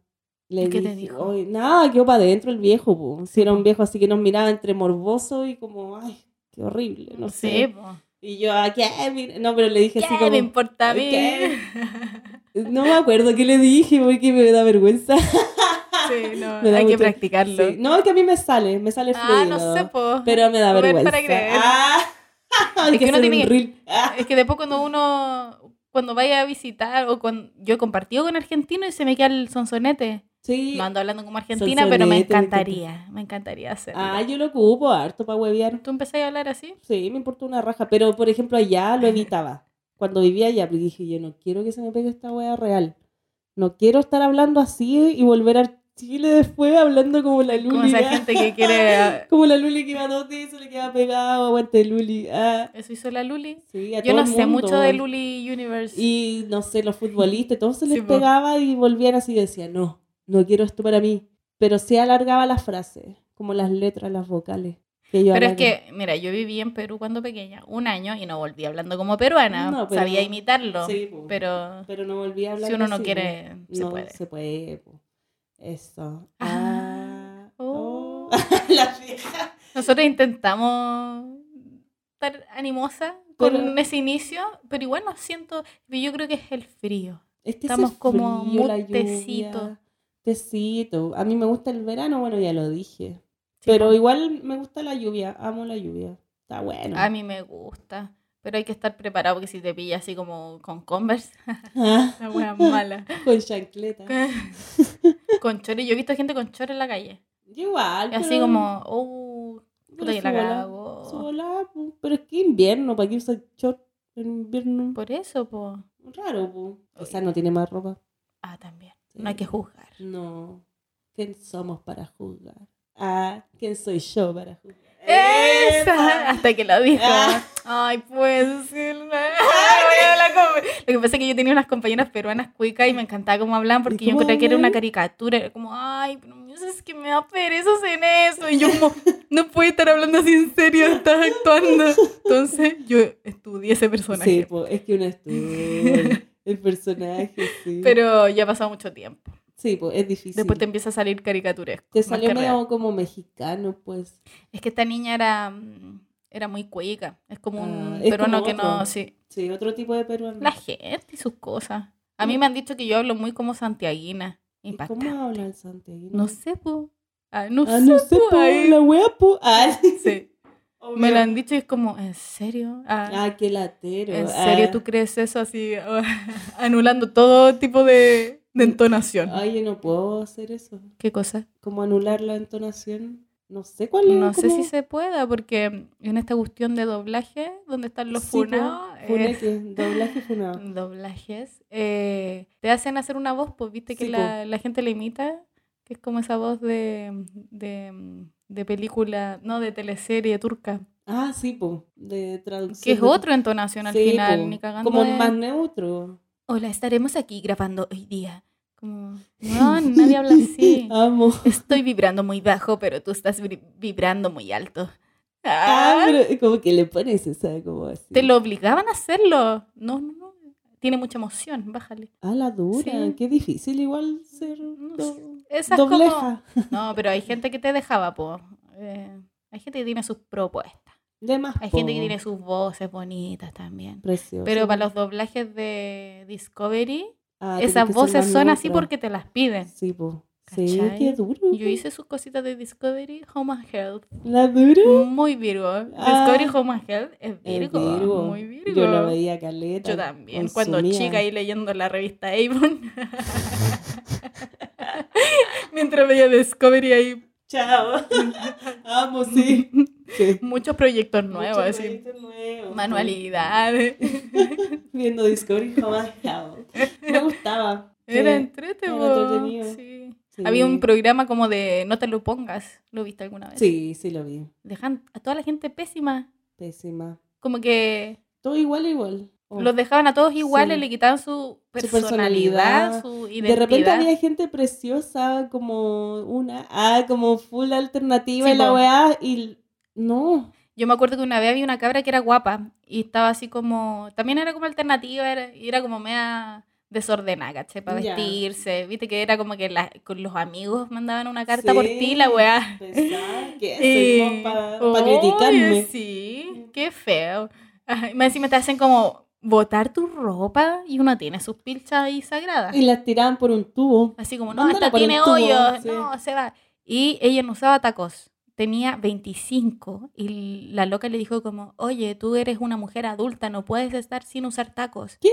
[SPEAKER 2] Le
[SPEAKER 1] ¿Y qué te
[SPEAKER 2] dije,
[SPEAKER 1] dijo?
[SPEAKER 2] "Oye, nada, quedó para adentro el viejo, pues. Si
[SPEAKER 1] Sí,
[SPEAKER 2] era un
[SPEAKER 1] po.
[SPEAKER 2] viejo así que nos miraba entre morboso y como, ay, qué horrible, no sé.
[SPEAKER 1] Sí, po.
[SPEAKER 2] Y yo, ¿a qué? Mira, No, pero le dije
[SPEAKER 1] ¿Qué
[SPEAKER 2] así
[SPEAKER 1] me
[SPEAKER 2] como...
[SPEAKER 1] importa a mí?
[SPEAKER 2] ¿Qué? No me acuerdo qué le dije porque me da vergüenza.
[SPEAKER 1] Sí, no,
[SPEAKER 2] Me da
[SPEAKER 1] hay que
[SPEAKER 2] mucha-
[SPEAKER 1] practicarlo.
[SPEAKER 2] Sí. No, es que a mí me sale, me sale fluido.
[SPEAKER 1] ah, no sé, po.
[SPEAKER 2] Pero me da
[SPEAKER 1] Ver para
[SPEAKER 2] vergüenza.
[SPEAKER 1] creer.
[SPEAKER 2] Ah, hay
[SPEAKER 1] Es que
[SPEAKER 2] que
[SPEAKER 1] uno
[SPEAKER 2] hacer
[SPEAKER 1] tiene
[SPEAKER 2] un
[SPEAKER 1] que-
[SPEAKER 2] reel. Ah,
[SPEAKER 1] Es que después cuando uno, cuando vaya a visitar, o cuando yo he compartido con argentinos y se me queda el sonsonete.
[SPEAKER 2] sí.
[SPEAKER 1] No ando hablando como argentina, pero me
[SPEAKER 2] Sonsonete, me
[SPEAKER 1] encantaría, me encantaría hacerlo.
[SPEAKER 2] Ah, yo lo ocupo harto para huevear.
[SPEAKER 1] ¿Tú empezaste a hablar así?
[SPEAKER 2] Sí, me importa una raja. Pero, por ejemplo, allá lo evitaba. Cuando vivía allá, pues dije, yo no quiero que se me pegue esta wea real. No quiero estar hablando así y volver a Chile después hablando como la Luli.
[SPEAKER 1] Como esa
[SPEAKER 2] ah.
[SPEAKER 1] gente que quiere... ah,
[SPEAKER 2] Como la Luli que iba a dos días y se le queda pegado, aguante Luli. Ah,
[SPEAKER 1] Eso hizo la Luli.
[SPEAKER 2] sí, a
[SPEAKER 1] Yo
[SPEAKER 2] todo
[SPEAKER 1] no
[SPEAKER 2] el
[SPEAKER 1] sé
[SPEAKER 2] mundo.
[SPEAKER 1] mucho de Luli Universe.
[SPEAKER 2] Y no sé, los futbolistas, todos se les
[SPEAKER 1] Sí, po.
[SPEAKER 2] pegaba y volvían así y decían, no, no quiero esto para mí. Pero se alargaba las frases, como las letras, las vocales. que yo
[SPEAKER 1] Pero es
[SPEAKER 2] alargo.
[SPEAKER 1] que, mira, yo viví en Perú cuando pequeña, un año, y no volví hablando como peruana.
[SPEAKER 2] No, pero-
[SPEAKER 1] Sabía imitarlo,
[SPEAKER 2] Sí, po. pero...
[SPEAKER 1] pero
[SPEAKER 2] no volví a hablar.
[SPEAKER 1] si uno no
[SPEAKER 2] así, po.
[SPEAKER 1] quiere, se
[SPEAKER 2] No,
[SPEAKER 1] puede.
[SPEAKER 2] se puede. po. Eso.
[SPEAKER 1] Ah.
[SPEAKER 2] Ah.
[SPEAKER 1] Oh.
[SPEAKER 2] oh. la vieja.
[SPEAKER 1] Nosotros intentamos estar animosa con
[SPEAKER 2] Pero-
[SPEAKER 1] ese inicio, pero igual no siento, yo creo que es el frío.
[SPEAKER 2] Es que
[SPEAKER 1] Estamos
[SPEAKER 2] hace
[SPEAKER 1] como
[SPEAKER 2] frío, la
[SPEAKER 1] muy tecito.
[SPEAKER 2] lluvia, Tecito. A mí me gusta el verano, bueno, ya lo dije.
[SPEAKER 1] Sí,
[SPEAKER 2] Pero
[SPEAKER 1] po.
[SPEAKER 2] igual me gusta la lluvia, amo la lluvia. Está bueno.
[SPEAKER 1] a mí me gusta, pero hay que estar preparado porque si te pilla así como con Converse,
[SPEAKER 2] Ah,
[SPEAKER 1] la wea mala.
[SPEAKER 2] con chancleta.
[SPEAKER 1] con chores, yo he visto gente con chores en la calle.
[SPEAKER 2] Yo igual.
[SPEAKER 1] Y así
[SPEAKER 2] Ah, pero-
[SPEAKER 1] como, oh, puta
[SPEAKER 2] pero
[SPEAKER 1] que la
[SPEAKER 2] su bola,
[SPEAKER 1] cago.
[SPEAKER 2] su bola, po. Pero es que invierno, ¿para qué usar short en invierno?
[SPEAKER 1] Por eso, po.
[SPEAKER 2] Raro, po. O sea, no tiene más ropa.
[SPEAKER 1] Ah, también.
[SPEAKER 2] Sí.
[SPEAKER 1] No hay que juzgar.
[SPEAKER 2] No. ¿Quién somos para juzgar? Ah, ¿quién soy yo para juzgar?
[SPEAKER 1] ¡Esa! Hasta que lo dijo.
[SPEAKER 2] Ah.
[SPEAKER 1] Ay, pues. sí, la- voy a hablar como- Lo que pasa es que yo tenía unas compañeras peruanas cuicas y me encantaba cómo hablaban porque
[SPEAKER 2] ¿Y
[SPEAKER 1] yo
[SPEAKER 2] cómo
[SPEAKER 1] encontré que era una
[SPEAKER 2] hablan?
[SPEAKER 1] caricatura. Era como, ay, pero no sé, es que me da perezas en eso. Y yo, como, no puedo estar hablando así en serio, estás actuando. Entonces, yo estudié ese personaje.
[SPEAKER 2] Sí, po, es que uno estudia el personaje, pues, sí.
[SPEAKER 1] Pero ya ha pasado mucho tiempo.
[SPEAKER 2] sí, po, es difícil.
[SPEAKER 1] Después te empieza a salir caricaturesco.
[SPEAKER 2] Te
[SPEAKER 1] más
[SPEAKER 2] salió
[SPEAKER 1] que
[SPEAKER 2] medio
[SPEAKER 1] real.
[SPEAKER 2] como mexicano, pues.
[SPEAKER 1] Es que esta niña era, mm, era muy cuica. Es como un
[SPEAKER 2] Ah, es
[SPEAKER 1] peruano
[SPEAKER 2] como
[SPEAKER 1] que no.
[SPEAKER 2] otro.
[SPEAKER 1] Sí.
[SPEAKER 2] Sí, otro tipo de peruano.
[SPEAKER 1] La gente y sus cosas. A mí me han dicho que yo hablo muy como santiaguina.
[SPEAKER 2] ¿Y
[SPEAKER 1] Impactante.
[SPEAKER 2] ¿Cómo habla el santiaguino?
[SPEAKER 1] No sé, po. Ah, no
[SPEAKER 2] Ah, no sé,
[SPEAKER 1] po,
[SPEAKER 2] po,
[SPEAKER 1] ahí.
[SPEAKER 2] la wea, po. Ah,
[SPEAKER 1] Sí. Me lo han dicho y es como, ¿en serio? Ah,
[SPEAKER 2] Ah, qué latero.
[SPEAKER 1] ¿En serio
[SPEAKER 2] ah.
[SPEAKER 1] tú crees eso así, Oh, anulando todo tipo de, de entonación?
[SPEAKER 2] Ay, yo no puedo hacer eso.
[SPEAKER 1] ¿Qué cosa?
[SPEAKER 2] Como anular la entonación. No sé cuál es.
[SPEAKER 1] No sé
[SPEAKER 2] como-
[SPEAKER 1] si se pueda, porque en esta cuestión de doblaje, donde están los
[SPEAKER 2] Sí, po,
[SPEAKER 1] funados, eh,
[SPEAKER 2] Funeque, doblaje funado.
[SPEAKER 1] doblajes, eh, te hacen hacer una voz, pues viste que
[SPEAKER 2] Sí,
[SPEAKER 1] la, la gente la imita, que es como esa voz de, de, de película, no, de teleserie turca,
[SPEAKER 2] Ah, sí, po. De traducción.
[SPEAKER 1] que es
[SPEAKER 2] de-
[SPEAKER 1] otra entonación al
[SPEAKER 2] Sí,
[SPEAKER 1] final,
[SPEAKER 2] po,
[SPEAKER 1] ni cagando.
[SPEAKER 2] Como
[SPEAKER 1] es-
[SPEAKER 2] más neutro.
[SPEAKER 1] Hola, estaremos aquí grabando hoy día. Como, no, nadie habla así.
[SPEAKER 2] Amo.
[SPEAKER 1] Estoy vibrando muy bajo, pero tú estás vibri- vibrando muy alto.
[SPEAKER 2] Ah,
[SPEAKER 1] Ah,
[SPEAKER 2] pero como que le pones esa, como así.
[SPEAKER 1] Te lo obligaban a hacerlo. No, no, no. Tiene mucha emoción, bájale.
[SPEAKER 2] Ah, la dura.
[SPEAKER 1] Sí.
[SPEAKER 2] Qué difícil igual ser
[SPEAKER 1] No
[SPEAKER 2] do-
[SPEAKER 1] Esas como...
[SPEAKER 2] dobleja.
[SPEAKER 1] No, pero hay gente que te dejaba, po. Eh, hay gente que tiene sus propuestas.
[SPEAKER 2] De más
[SPEAKER 1] Hay gente que
[SPEAKER 2] po.
[SPEAKER 1] tiene sus voces bonitas también.
[SPEAKER 2] Precioso.
[SPEAKER 1] Pero para los doblajes de Discovery,
[SPEAKER 2] Ah, tiene
[SPEAKER 1] esas
[SPEAKER 2] que ser
[SPEAKER 1] voces
[SPEAKER 2] más
[SPEAKER 1] son así
[SPEAKER 2] neutro.
[SPEAKER 1] porque te las piden.
[SPEAKER 2] Sí, po. Sí,
[SPEAKER 1] ¿Cachai?
[SPEAKER 2] qué duro.
[SPEAKER 1] Yo
[SPEAKER 2] po.
[SPEAKER 1] hice sus cositas de Discovery Home and Health.
[SPEAKER 2] La dura.
[SPEAKER 1] Muy Virgo. Discovery
[SPEAKER 2] Ah.
[SPEAKER 1] Home and Health es
[SPEAKER 2] El
[SPEAKER 1] Virgo.
[SPEAKER 2] Virgo.
[SPEAKER 1] Muy Virgo.
[SPEAKER 2] Yo lo veía caleta.
[SPEAKER 1] Yo también. Cuando
[SPEAKER 2] consumía.
[SPEAKER 1] chica ahí leyendo la revista Avon. Mientras veía Discovery ahí
[SPEAKER 2] Chao. Amo, sí. Sí.
[SPEAKER 1] muchos proyectos nuevos,
[SPEAKER 2] Mucho
[SPEAKER 1] así.
[SPEAKER 2] proyecto nuevo.
[SPEAKER 1] Manualidades.
[SPEAKER 2] Viendo Discovery jamás chao. Me gustaba.
[SPEAKER 1] Era
[SPEAKER 2] Sí.
[SPEAKER 1] entretenido.
[SPEAKER 2] Era entretenido.
[SPEAKER 1] Sí.
[SPEAKER 2] Sí.
[SPEAKER 1] Había un programa como de No te lo pongas. ¿Lo viste alguna vez?
[SPEAKER 2] Sí, sí lo vi.
[SPEAKER 1] Dejan a toda la gente pésima.
[SPEAKER 2] Pésima.
[SPEAKER 1] Como que
[SPEAKER 2] Todo igual, igual. Oh.
[SPEAKER 1] los dejaban a todos iguales,
[SPEAKER 2] Sí.
[SPEAKER 1] le quitaban su personalidad,
[SPEAKER 2] personalidad.
[SPEAKER 1] su identidad.
[SPEAKER 2] de repente había gente preciosa, como una, ah, como full alternativa
[SPEAKER 1] Sí,
[SPEAKER 2] y la
[SPEAKER 1] po.
[SPEAKER 2] weá, y no.
[SPEAKER 1] Yo me acuerdo que una vez había una cabra que era guapa y estaba así como. También era como alternativa, era, y era como media desordenada, ¿cachai? Para
[SPEAKER 2] Ya.
[SPEAKER 1] vestirse. Viste que era como que la- con los amigos mandaban una carta por
[SPEAKER 2] Sí,
[SPEAKER 1] ti, la weá.
[SPEAKER 2] Pensaba que eso,
[SPEAKER 1] Y-
[SPEAKER 2] como para
[SPEAKER 1] Oye,
[SPEAKER 2] criticarme.
[SPEAKER 1] Sí, qué feo. Ay, Más encima te hacen como botar tu ropa y uno tiene sus pilchas ahí sagradas.
[SPEAKER 2] Y las tiraban por un tubo.
[SPEAKER 1] Así como, no,
[SPEAKER 2] Mándala
[SPEAKER 1] esta
[SPEAKER 2] por el
[SPEAKER 1] tiene
[SPEAKER 2] tubo,
[SPEAKER 1] hoyos,
[SPEAKER 2] sí.
[SPEAKER 1] no, se va. Y ella no usaba tacos. Tenía 25 y la loca le dijo como, oye, tú eres una mujer adulta, no puedes estar sin usar tacos.
[SPEAKER 2] ¿Qué?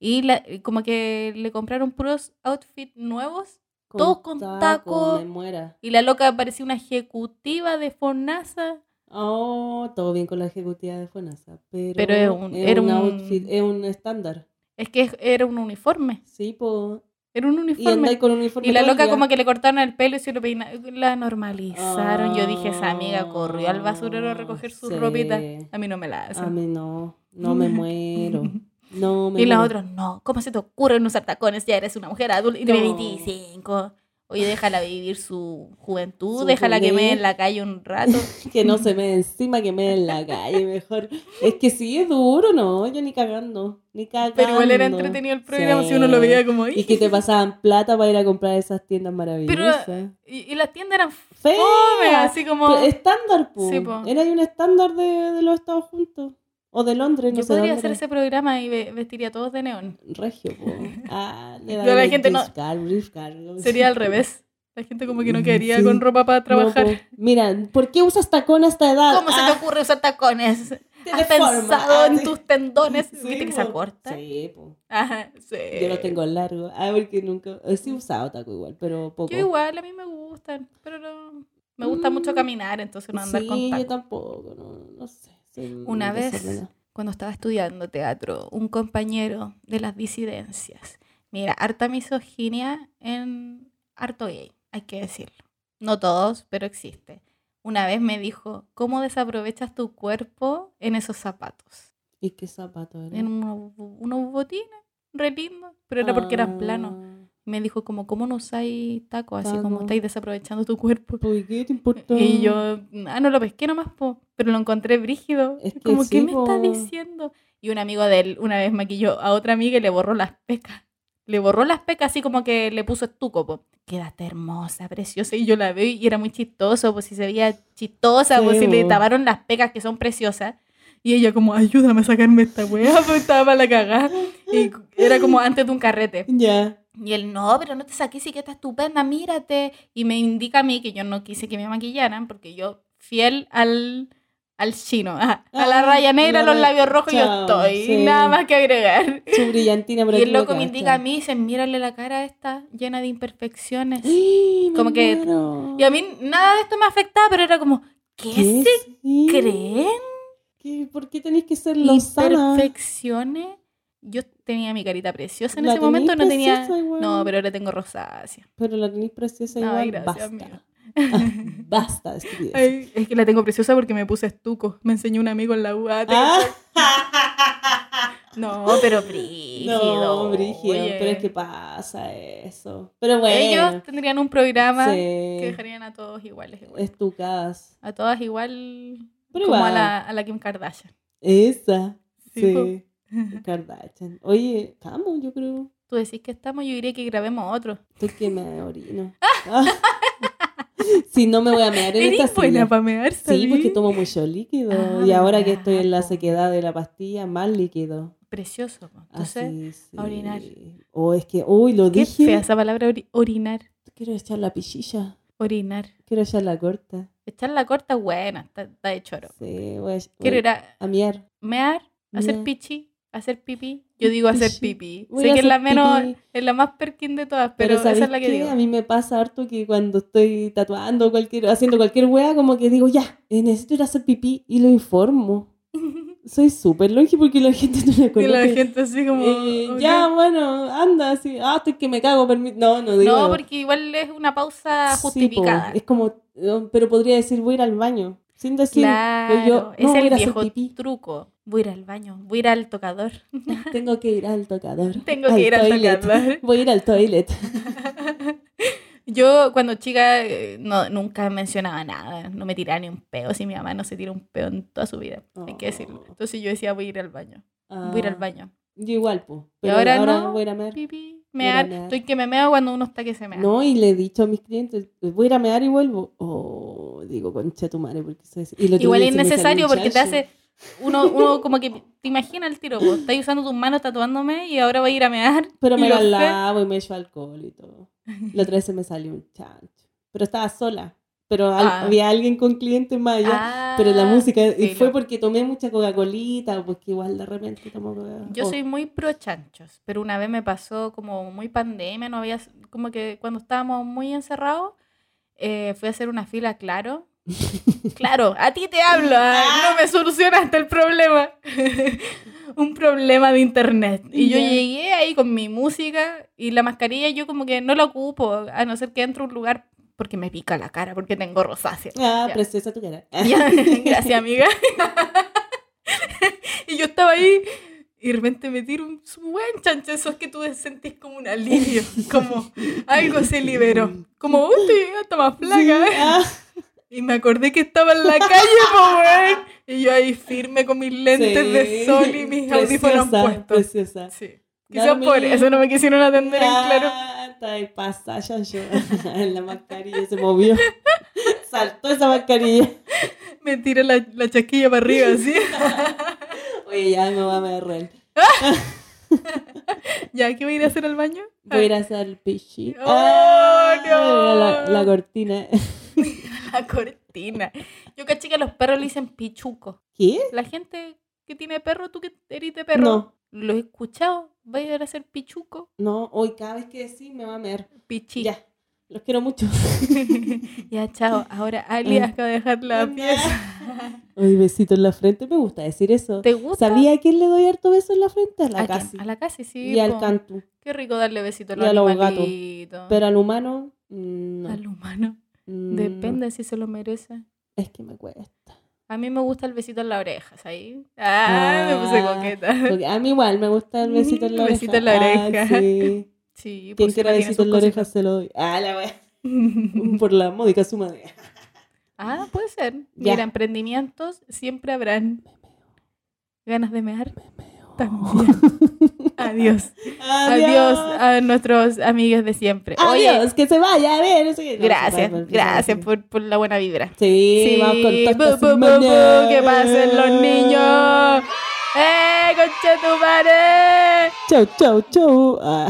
[SPEAKER 1] Y la- como que le compraron puros outfits nuevos Todos con
[SPEAKER 2] tacos,
[SPEAKER 1] taco.
[SPEAKER 2] Me muera.
[SPEAKER 1] y la loca parecía una ejecutiva de Fornasa.
[SPEAKER 2] Oh, todo bien con la ejecutiva de Fonasa, pero,
[SPEAKER 1] Pero es un-
[SPEAKER 2] es
[SPEAKER 1] era un-
[SPEAKER 2] outfit, es un estándar.
[SPEAKER 1] Es que es- era un uniforme,
[SPEAKER 2] Sí, po.
[SPEAKER 1] era un
[SPEAKER 2] Y andáis
[SPEAKER 1] uniforme.
[SPEAKER 2] con uniforme.
[SPEAKER 1] Y la
[SPEAKER 2] todo el
[SPEAKER 1] loca
[SPEAKER 2] día.
[SPEAKER 1] como que le cortaron el pelo y se lo peinaron. La normalizaron. Yo dije, esa amiga corrió al basurero a
[SPEAKER 2] Ah,
[SPEAKER 1] recoger su
[SPEAKER 2] sí.
[SPEAKER 1] ropita. A mí no me la hacen.
[SPEAKER 2] A mí no, no me muero. No me
[SPEAKER 1] Y las
[SPEAKER 2] muero.
[SPEAKER 1] otras, no, ¿cómo se te ocurre no usar tacones? Ya eres una mujer adulta y tiene
[SPEAKER 2] No.
[SPEAKER 1] 25. Oye, déjala vivir su juventud,
[SPEAKER 2] Su
[SPEAKER 1] déjala que me
[SPEAKER 2] juventud.
[SPEAKER 1] en la calle un rato.
[SPEAKER 2] Que no se me encima, que me en la calle mejor. Es que sí, es duro, no, yo ni cagando, ni cagando.
[SPEAKER 1] Pero igual era entretenido el programa si uno lo
[SPEAKER 2] Sí.
[SPEAKER 1] veía como
[SPEAKER 2] Y
[SPEAKER 1] ahí.
[SPEAKER 2] que te pasaban plata para ir a comprar esas tiendas maravillosas.
[SPEAKER 1] Y, y las tiendas eran fome,
[SPEAKER 2] Fea.
[SPEAKER 1] así como.
[SPEAKER 2] Pero este estándar, po.
[SPEAKER 1] Sí, po.
[SPEAKER 2] Era ahí un estándar de, de los Estados Juntos. O de Londres, no
[SPEAKER 1] Yo
[SPEAKER 2] sé
[SPEAKER 1] podría
[SPEAKER 2] dónde
[SPEAKER 1] hacer
[SPEAKER 2] era.
[SPEAKER 1] ese programa y ve- vestiría a todos de neón.
[SPEAKER 2] Regio, po. Ah, le
[SPEAKER 1] Yo a
[SPEAKER 2] daban
[SPEAKER 1] la
[SPEAKER 2] el
[SPEAKER 1] gente no-
[SPEAKER 2] discard, discard.
[SPEAKER 1] Sería al revés. La gente como que no quedaría
[SPEAKER 2] Sí.
[SPEAKER 1] con ropa para trabajar.
[SPEAKER 2] No, po. Mira, ¿por qué usas tacón a esta edad?
[SPEAKER 1] ¿Cómo se te
[SPEAKER 2] Ah,
[SPEAKER 1] ocurre usar tacones?
[SPEAKER 2] te
[SPEAKER 1] ¿Has
[SPEAKER 2] deforma.
[SPEAKER 1] pensado
[SPEAKER 2] Ah,
[SPEAKER 1] en
[SPEAKER 2] sí.
[SPEAKER 1] tus tendones?
[SPEAKER 2] Sí,
[SPEAKER 1] ¿Viste que
[SPEAKER 2] po.
[SPEAKER 1] se acorta? Eh.
[SPEAKER 2] Sí, po.
[SPEAKER 1] Ajá, sí.
[SPEAKER 2] Yo los tengo largo. A ver, que nunca. eh, Sí, he usado taco igual, pero poco.
[SPEAKER 1] Yo igual, a mí me gustan, pero no... Me gusta mucho
[SPEAKER 2] Mm.
[SPEAKER 1] caminar, entonces no andar
[SPEAKER 2] sí,
[SPEAKER 1] con
[SPEAKER 2] yo
[SPEAKER 1] taco.
[SPEAKER 2] tampoco. No, no sé. soy
[SPEAKER 1] Una
[SPEAKER 2] muy
[SPEAKER 1] vez.
[SPEAKER 2] desordenada.
[SPEAKER 1] Cuando estaba estudiando teatro, un compañero de las disidencias. Mira, harta misoginia en harto gay, hay que decirlo. No todos, pero existe. Una vez me dijo, ¿cómo desaprovechas tu cuerpo en esos zapatos?
[SPEAKER 2] ¿Y qué zapato era?
[SPEAKER 1] en unos, bo- unos botines re lindos, pero era porque
[SPEAKER 2] Ah.
[SPEAKER 1] eran planos. Me dijo como, ¿cómo no usáis tacos? Así como
[SPEAKER 2] Taco.
[SPEAKER 1] estáis desaprovechando tu cuerpo.
[SPEAKER 2] ¿Por qué te importa?
[SPEAKER 1] Y yo, ah, no lo pesqué nomás, po", pero lo encontré brígido.
[SPEAKER 2] Es que
[SPEAKER 1] como, ¿qué
[SPEAKER 2] sí,
[SPEAKER 1] me está
[SPEAKER 2] po.
[SPEAKER 1] diciendo? Y un amigo de él una vez maquilló a otra amiga y le borró las pecas. Le borró las pecas así como que le puso estuco, po. Quedaste hermosa, preciosa. Y yo la veo y era muy chistoso, pues si se veía chistosa,
[SPEAKER 2] Sí,
[SPEAKER 1] pues si le
[SPEAKER 2] po.
[SPEAKER 1] taparon las pecas que son preciosas. Y ella como, ayúdame a sacarme esta weá, pues estaba para la cagada. Y era como antes de un carrete.
[SPEAKER 2] Ya.
[SPEAKER 1] Y él, no, pero no te saques, sí que está estupenda, mírate. Y me indica a mí que yo no quise que me maquillaran porque yo, fiel al, al chino, a, a la
[SPEAKER 2] Ah,
[SPEAKER 1] raya negra,
[SPEAKER 2] la
[SPEAKER 1] los
[SPEAKER 2] ra-
[SPEAKER 1] labios rojos, yo
[SPEAKER 2] chao,
[SPEAKER 1] estoy.
[SPEAKER 2] sí.
[SPEAKER 1] Nada más que agregar.
[SPEAKER 2] Su brillantina por
[SPEAKER 1] Y
[SPEAKER 2] aquí
[SPEAKER 1] el loco
[SPEAKER 2] lo
[SPEAKER 1] me
[SPEAKER 2] cacha.
[SPEAKER 1] indica a mí y dice, mírale la cara esta, llena de imperfecciones.
[SPEAKER 2] ¡Eh, me
[SPEAKER 1] Como que-
[SPEAKER 2] muero!
[SPEAKER 1] Y a mí nada de esto me afectaba, pero era como, ¿qué,
[SPEAKER 2] ¿Qué?
[SPEAKER 1] se
[SPEAKER 2] Sí.
[SPEAKER 1] creen?
[SPEAKER 2] ¿Qué? ¿Por qué tenéis que ser lozana?
[SPEAKER 1] Imperfecciones. Yo tenía mi carita preciosa en
[SPEAKER 2] La
[SPEAKER 1] ese momento, no
[SPEAKER 2] tenéis
[SPEAKER 1] tenía...
[SPEAKER 2] preciosa igual.
[SPEAKER 1] No, pero ahora tengo rosácea.
[SPEAKER 2] Pero la tenéis preciosa
[SPEAKER 1] Ay,
[SPEAKER 2] igual.
[SPEAKER 1] gracias,
[SPEAKER 2] Basta.
[SPEAKER 1] amiga.
[SPEAKER 2] Basta de estupidez.
[SPEAKER 1] Ay, es que la tengo preciosa porque me puse estuco. Me enseñó un amigo en la UAT.
[SPEAKER 2] Ah.
[SPEAKER 1] No, pero brígido.
[SPEAKER 2] No, Brígido,
[SPEAKER 1] oye.
[SPEAKER 2] pero es que pasa eso. Pero bueno,
[SPEAKER 1] Ellos tendrían un programa
[SPEAKER 2] sí,
[SPEAKER 1] que dejarían a todos iguales. igual.
[SPEAKER 2] estucadas.
[SPEAKER 1] A todas igual
[SPEAKER 2] Pero
[SPEAKER 1] como a
[SPEAKER 2] igual,
[SPEAKER 1] la, a la Kim Kardashian.
[SPEAKER 2] esa,
[SPEAKER 1] Sí, po.
[SPEAKER 2] sí, Kardashian. Oye, vamos, yo creo,
[SPEAKER 1] Tú decís que estamos, yo diría que grabemos otro.
[SPEAKER 2] estoy que me orino. Ah. si no me voy a mear en esta
[SPEAKER 1] Eres buena
[SPEAKER 2] silla.
[SPEAKER 1] para mear,
[SPEAKER 2] Sí,
[SPEAKER 1] ¿sabí?
[SPEAKER 2] porque tomo mucho líquido
[SPEAKER 1] Ah,
[SPEAKER 2] y ahora que estoy en la
[SPEAKER 1] verdad, po.
[SPEAKER 2] sequedad de la pastilla, más líquido.
[SPEAKER 1] Precioso. po. Entonces,
[SPEAKER 2] Así, Ah, sí.
[SPEAKER 1] a orinar.
[SPEAKER 2] Oh, es que, uy, lo
[SPEAKER 1] qué
[SPEAKER 2] dije.
[SPEAKER 1] fea esa palabra ori- orinar.
[SPEAKER 2] Quiero echar la pichilla,
[SPEAKER 1] Orinar.
[SPEAKER 2] quiero echar la corta.
[SPEAKER 1] Echar la corta, buena, está, está de choro.
[SPEAKER 2] Sí, voy a,
[SPEAKER 1] Quiero
[SPEAKER 2] voy
[SPEAKER 1] ir a
[SPEAKER 2] a mear.
[SPEAKER 1] mear, hacer
[SPEAKER 2] Mear.
[SPEAKER 1] pichi, hacer pipí. Yo digo hacer
[SPEAKER 2] Pichi.
[SPEAKER 1] pipí.
[SPEAKER 2] Voy a
[SPEAKER 1] sé que es la
[SPEAKER 2] hacer
[SPEAKER 1] menos,
[SPEAKER 2] pipí.
[SPEAKER 1] es la más perkin de todas,
[SPEAKER 2] Pero,
[SPEAKER 1] pero,
[SPEAKER 2] ¿sabes
[SPEAKER 1] esa es la que
[SPEAKER 2] qué?
[SPEAKER 1] digo.
[SPEAKER 2] A mí me pasa harto que cuando estoy tatuando, cualquier, haciendo cualquier wea, como que digo, ya, eh, necesito ir a hacer pipí y lo informo. Soy súper longe porque la gente no me
[SPEAKER 1] Y
[SPEAKER 2] conoce.
[SPEAKER 1] la gente así como.
[SPEAKER 2] Eh,
[SPEAKER 1] ok.
[SPEAKER 2] Ya, bueno, anda, así. Ah, estoy que me cago, permi- No, no digo.
[SPEAKER 1] No, porque igual es una pausa
[SPEAKER 2] Sí, po,
[SPEAKER 1] justificada.
[SPEAKER 2] es como, eh, pero podría decir, voy a ir al baño. Sin decir,
[SPEAKER 1] claro,
[SPEAKER 2] pues yo, no,
[SPEAKER 1] es
[SPEAKER 2] voy a ir
[SPEAKER 1] el
[SPEAKER 2] a hacer
[SPEAKER 1] viejo
[SPEAKER 2] pipí.
[SPEAKER 1] truco. Voy a ir al baño, voy a ir al tocador.
[SPEAKER 2] Tengo que ir al tocador.
[SPEAKER 1] Tengo que ir al
[SPEAKER 2] toilet.
[SPEAKER 1] tocador.
[SPEAKER 2] Voy a ir al toilet.
[SPEAKER 1] Yo cuando chica eh, no, nunca mencionaba nada, no me tiraba ni un peo, si mi mamá no se tira un peo en toda su vida, hay que decirlo.
[SPEAKER 2] Oh.
[SPEAKER 1] Entonces yo decía, voy a ir al baño, voy a ir al
[SPEAKER 2] Ah.
[SPEAKER 1] baño.
[SPEAKER 2] Yo igual, pues.
[SPEAKER 1] Y
[SPEAKER 2] Pero
[SPEAKER 1] ahora
[SPEAKER 2] ahora,
[SPEAKER 1] no,
[SPEAKER 2] voy a ir a mear.
[SPEAKER 1] Pipi,
[SPEAKER 2] Voy a
[SPEAKER 1] mear,
[SPEAKER 2] mear.
[SPEAKER 1] estoy que me meo cuando uno está que se mea.
[SPEAKER 2] No, y le he dicho a mis clientes, "Pues voy a ir a mear y vuelvo. Oh, digo, concha tu madre, porque eso es... y lo
[SPEAKER 1] Igual
[SPEAKER 2] tenía
[SPEAKER 1] es
[SPEAKER 2] así, me
[SPEAKER 1] necesario
[SPEAKER 2] salió un
[SPEAKER 1] porque te
[SPEAKER 2] chacho.
[SPEAKER 1] hace, uno, uno como que te imagina el tiro, po, estás usando tus manos tatuándome y ahora voy a ir a mear.
[SPEAKER 2] Pero me
[SPEAKER 1] lo
[SPEAKER 2] lo
[SPEAKER 1] sé.
[SPEAKER 2] lavo y me echo alcohol y todo. La otra vez se me salió un chancho. Pero estaba sola. Pero al-
[SPEAKER 1] Ah.
[SPEAKER 2] había alguien con clientes más allá.
[SPEAKER 1] Ah,
[SPEAKER 2] pero la música, y
[SPEAKER 1] sí,
[SPEAKER 2] fue
[SPEAKER 1] lo-
[SPEAKER 2] porque tomé mucha Coca-Colita, o porque igual de repente tomo Coca-Cola. Oh.
[SPEAKER 1] Yo soy muy pro chanchos, pero una vez me pasó como muy pandemia, no había, como que cuando estábamos muy encerrados, eh, fui a hacer una fila, claro. Claro, a ti te hablo, ah, no me solucionaste el problema. Un problema de internet. Y yo
[SPEAKER 2] Ya.
[SPEAKER 1] llegué ahí con mi música y la mascarilla yo como que no la ocupo, a no ser que entre a un lugar porque me pica la cara, porque tengo rosácea.
[SPEAKER 2] Ah,
[SPEAKER 1] Ya.
[SPEAKER 2] preciosa tu cara.
[SPEAKER 1] Ya, Gracias, amiga. y yo estaba ahí y de repente me tiro un buen chancho. Eso es que tú sentís como un alivio, como algo se liberó. Como, uy, estoy hasta más flaca.
[SPEAKER 2] Sí, ah,
[SPEAKER 1] Y me acordé que estaba en la calle, po, weón. Y yo ahí firme con mis lentes de
[SPEAKER 2] sí.
[SPEAKER 1] sol y mis audífonos
[SPEAKER 2] Preciosa,
[SPEAKER 1] puestos.
[SPEAKER 2] Preciosa.
[SPEAKER 1] Sí. Quizás por
[SPEAKER 2] Dame-
[SPEAKER 1] eso no me quisieron atender en claro.
[SPEAKER 2] Ah, Está de pasalla yo. la mascarilla se movió. Saltó esa mascarilla.
[SPEAKER 1] Me tiré la, la chasquilla para arriba, así.
[SPEAKER 2] Oye, ya me va a meter real.
[SPEAKER 1] ¿Ya qué voy a ir a hacer al baño?
[SPEAKER 2] Voy a ir a hacer pichi.
[SPEAKER 1] ¡Oh,
[SPEAKER 2] Ah,
[SPEAKER 1] no!
[SPEAKER 2] mira La, la cortina.
[SPEAKER 1] La cortina. Yo caché que a los perros le dicen pichuco.
[SPEAKER 2] ¿Qué?
[SPEAKER 1] La gente que tiene perro, tú que eres de perro,
[SPEAKER 2] No.
[SPEAKER 1] lo he escuchado. Va a ir a hacer pichuco,
[SPEAKER 2] No, hoy cada vez que decís me va a meter.
[SPEAKER 1] pichi. Ya.
[SPEAKER 2] Ya. Los quiero mucho.
[SPEAKER 1] chao. Ahora Ali
[SPEAKER 2] Ah.
[SPEAKER 1] acaba de dejar la pieza.
[SPEAKER 2] Hoy besito en la frente. Me gusta decir eso.
[SPEAKER 1] ¿Te gusta?
[SPEAKER 2] ¿Sabía a quién le doy harto beso en la frente? A la
[SPEAKER 1] ¿A quién?
[SPEAKER 2] casi.
[SPEAKER 1] A la casi, sí.
[SPEAKER 2] Y al
[SPEAKER 1] po.
[SPEAKER 2] cantu.
[SPEAKER 1] Qué rico darle besitos a
[SPEAKER 2] Y
[SPEAKER 1] los
[SPEAKER 2] a los gatos.
[SPEAKER 1] animalitos.
[SPEAKER 2] Pero al humano, mm, no.
[SPEAKER 1] Al humano.
[SPEAKER 2] Mm,
[SPEAKER 1] Depende si se lo merece.
[SPEAKER 2] Es que me cuesta.
[SPEAKER 1] A mí me gusta el besito en la oreja, ¿sabes? Ah, me puse
[SPEAKER 2] Ah,
[SPEAKER 1] coqueta.
[SPEAKER 2] Porque a mí igual me gusta el besito en la oreja.
[SPEAKER 1] Besito en la
[SPEAKER 2] Ah,
[SPEAKER 1] oreja.
[SPEAKER 2] sí.
[SPEAKER 1] Sí,
[SPEAKER 2] Quien
[SPEAKER 1] pues Mm.
[SPEAKER 2] quiera
[SPEAKER 1] siempre tiene
[SPEAKER 2] besito
[SPEAKER 1] sus
[SPEAKER 2] en la oreja
[SPEAKER 1] cositas.
[SPEAKER 2] se lo doy. Ah, la wea. Por la módica suma de.
[SPEAKER 1] Ah, puede ser.
[SPEAKER 2] Ya.
[SPEAKER 1] Mira, emprendimientos siempre habrán. Ganas de mear
[SPEAKER 2] Oh. También.
[SPEAKER 1] también. Adiós. Adiós a nuestros amigos de siempre. Oye,
[SPEAKER 2] Adiós, que se vaya a ver. no sé qué. No, se
[SPEAKER 1] gracias.
[SPEAKER 2] va, va, va,
[SPEAKER 1] Gracias
[SPEAKER 2] va.
[SPEAKER 1] por, por la buena vibra.
[SPEAKER 2] Sí,
[SPEAKER 1] Sí,
[SPEAKER 2] vamos con
[SPEAKER 1] bu,
[SPEAKER 2] tantas
[SPEAKER 1] bu, bu, bu,
[SPEAKER 2] semanas.
[SPEAKER 1] que pasen los niños. ¡Eh, conchetumare!
[SPEAKER 2] Chau, chau, chau. Ah.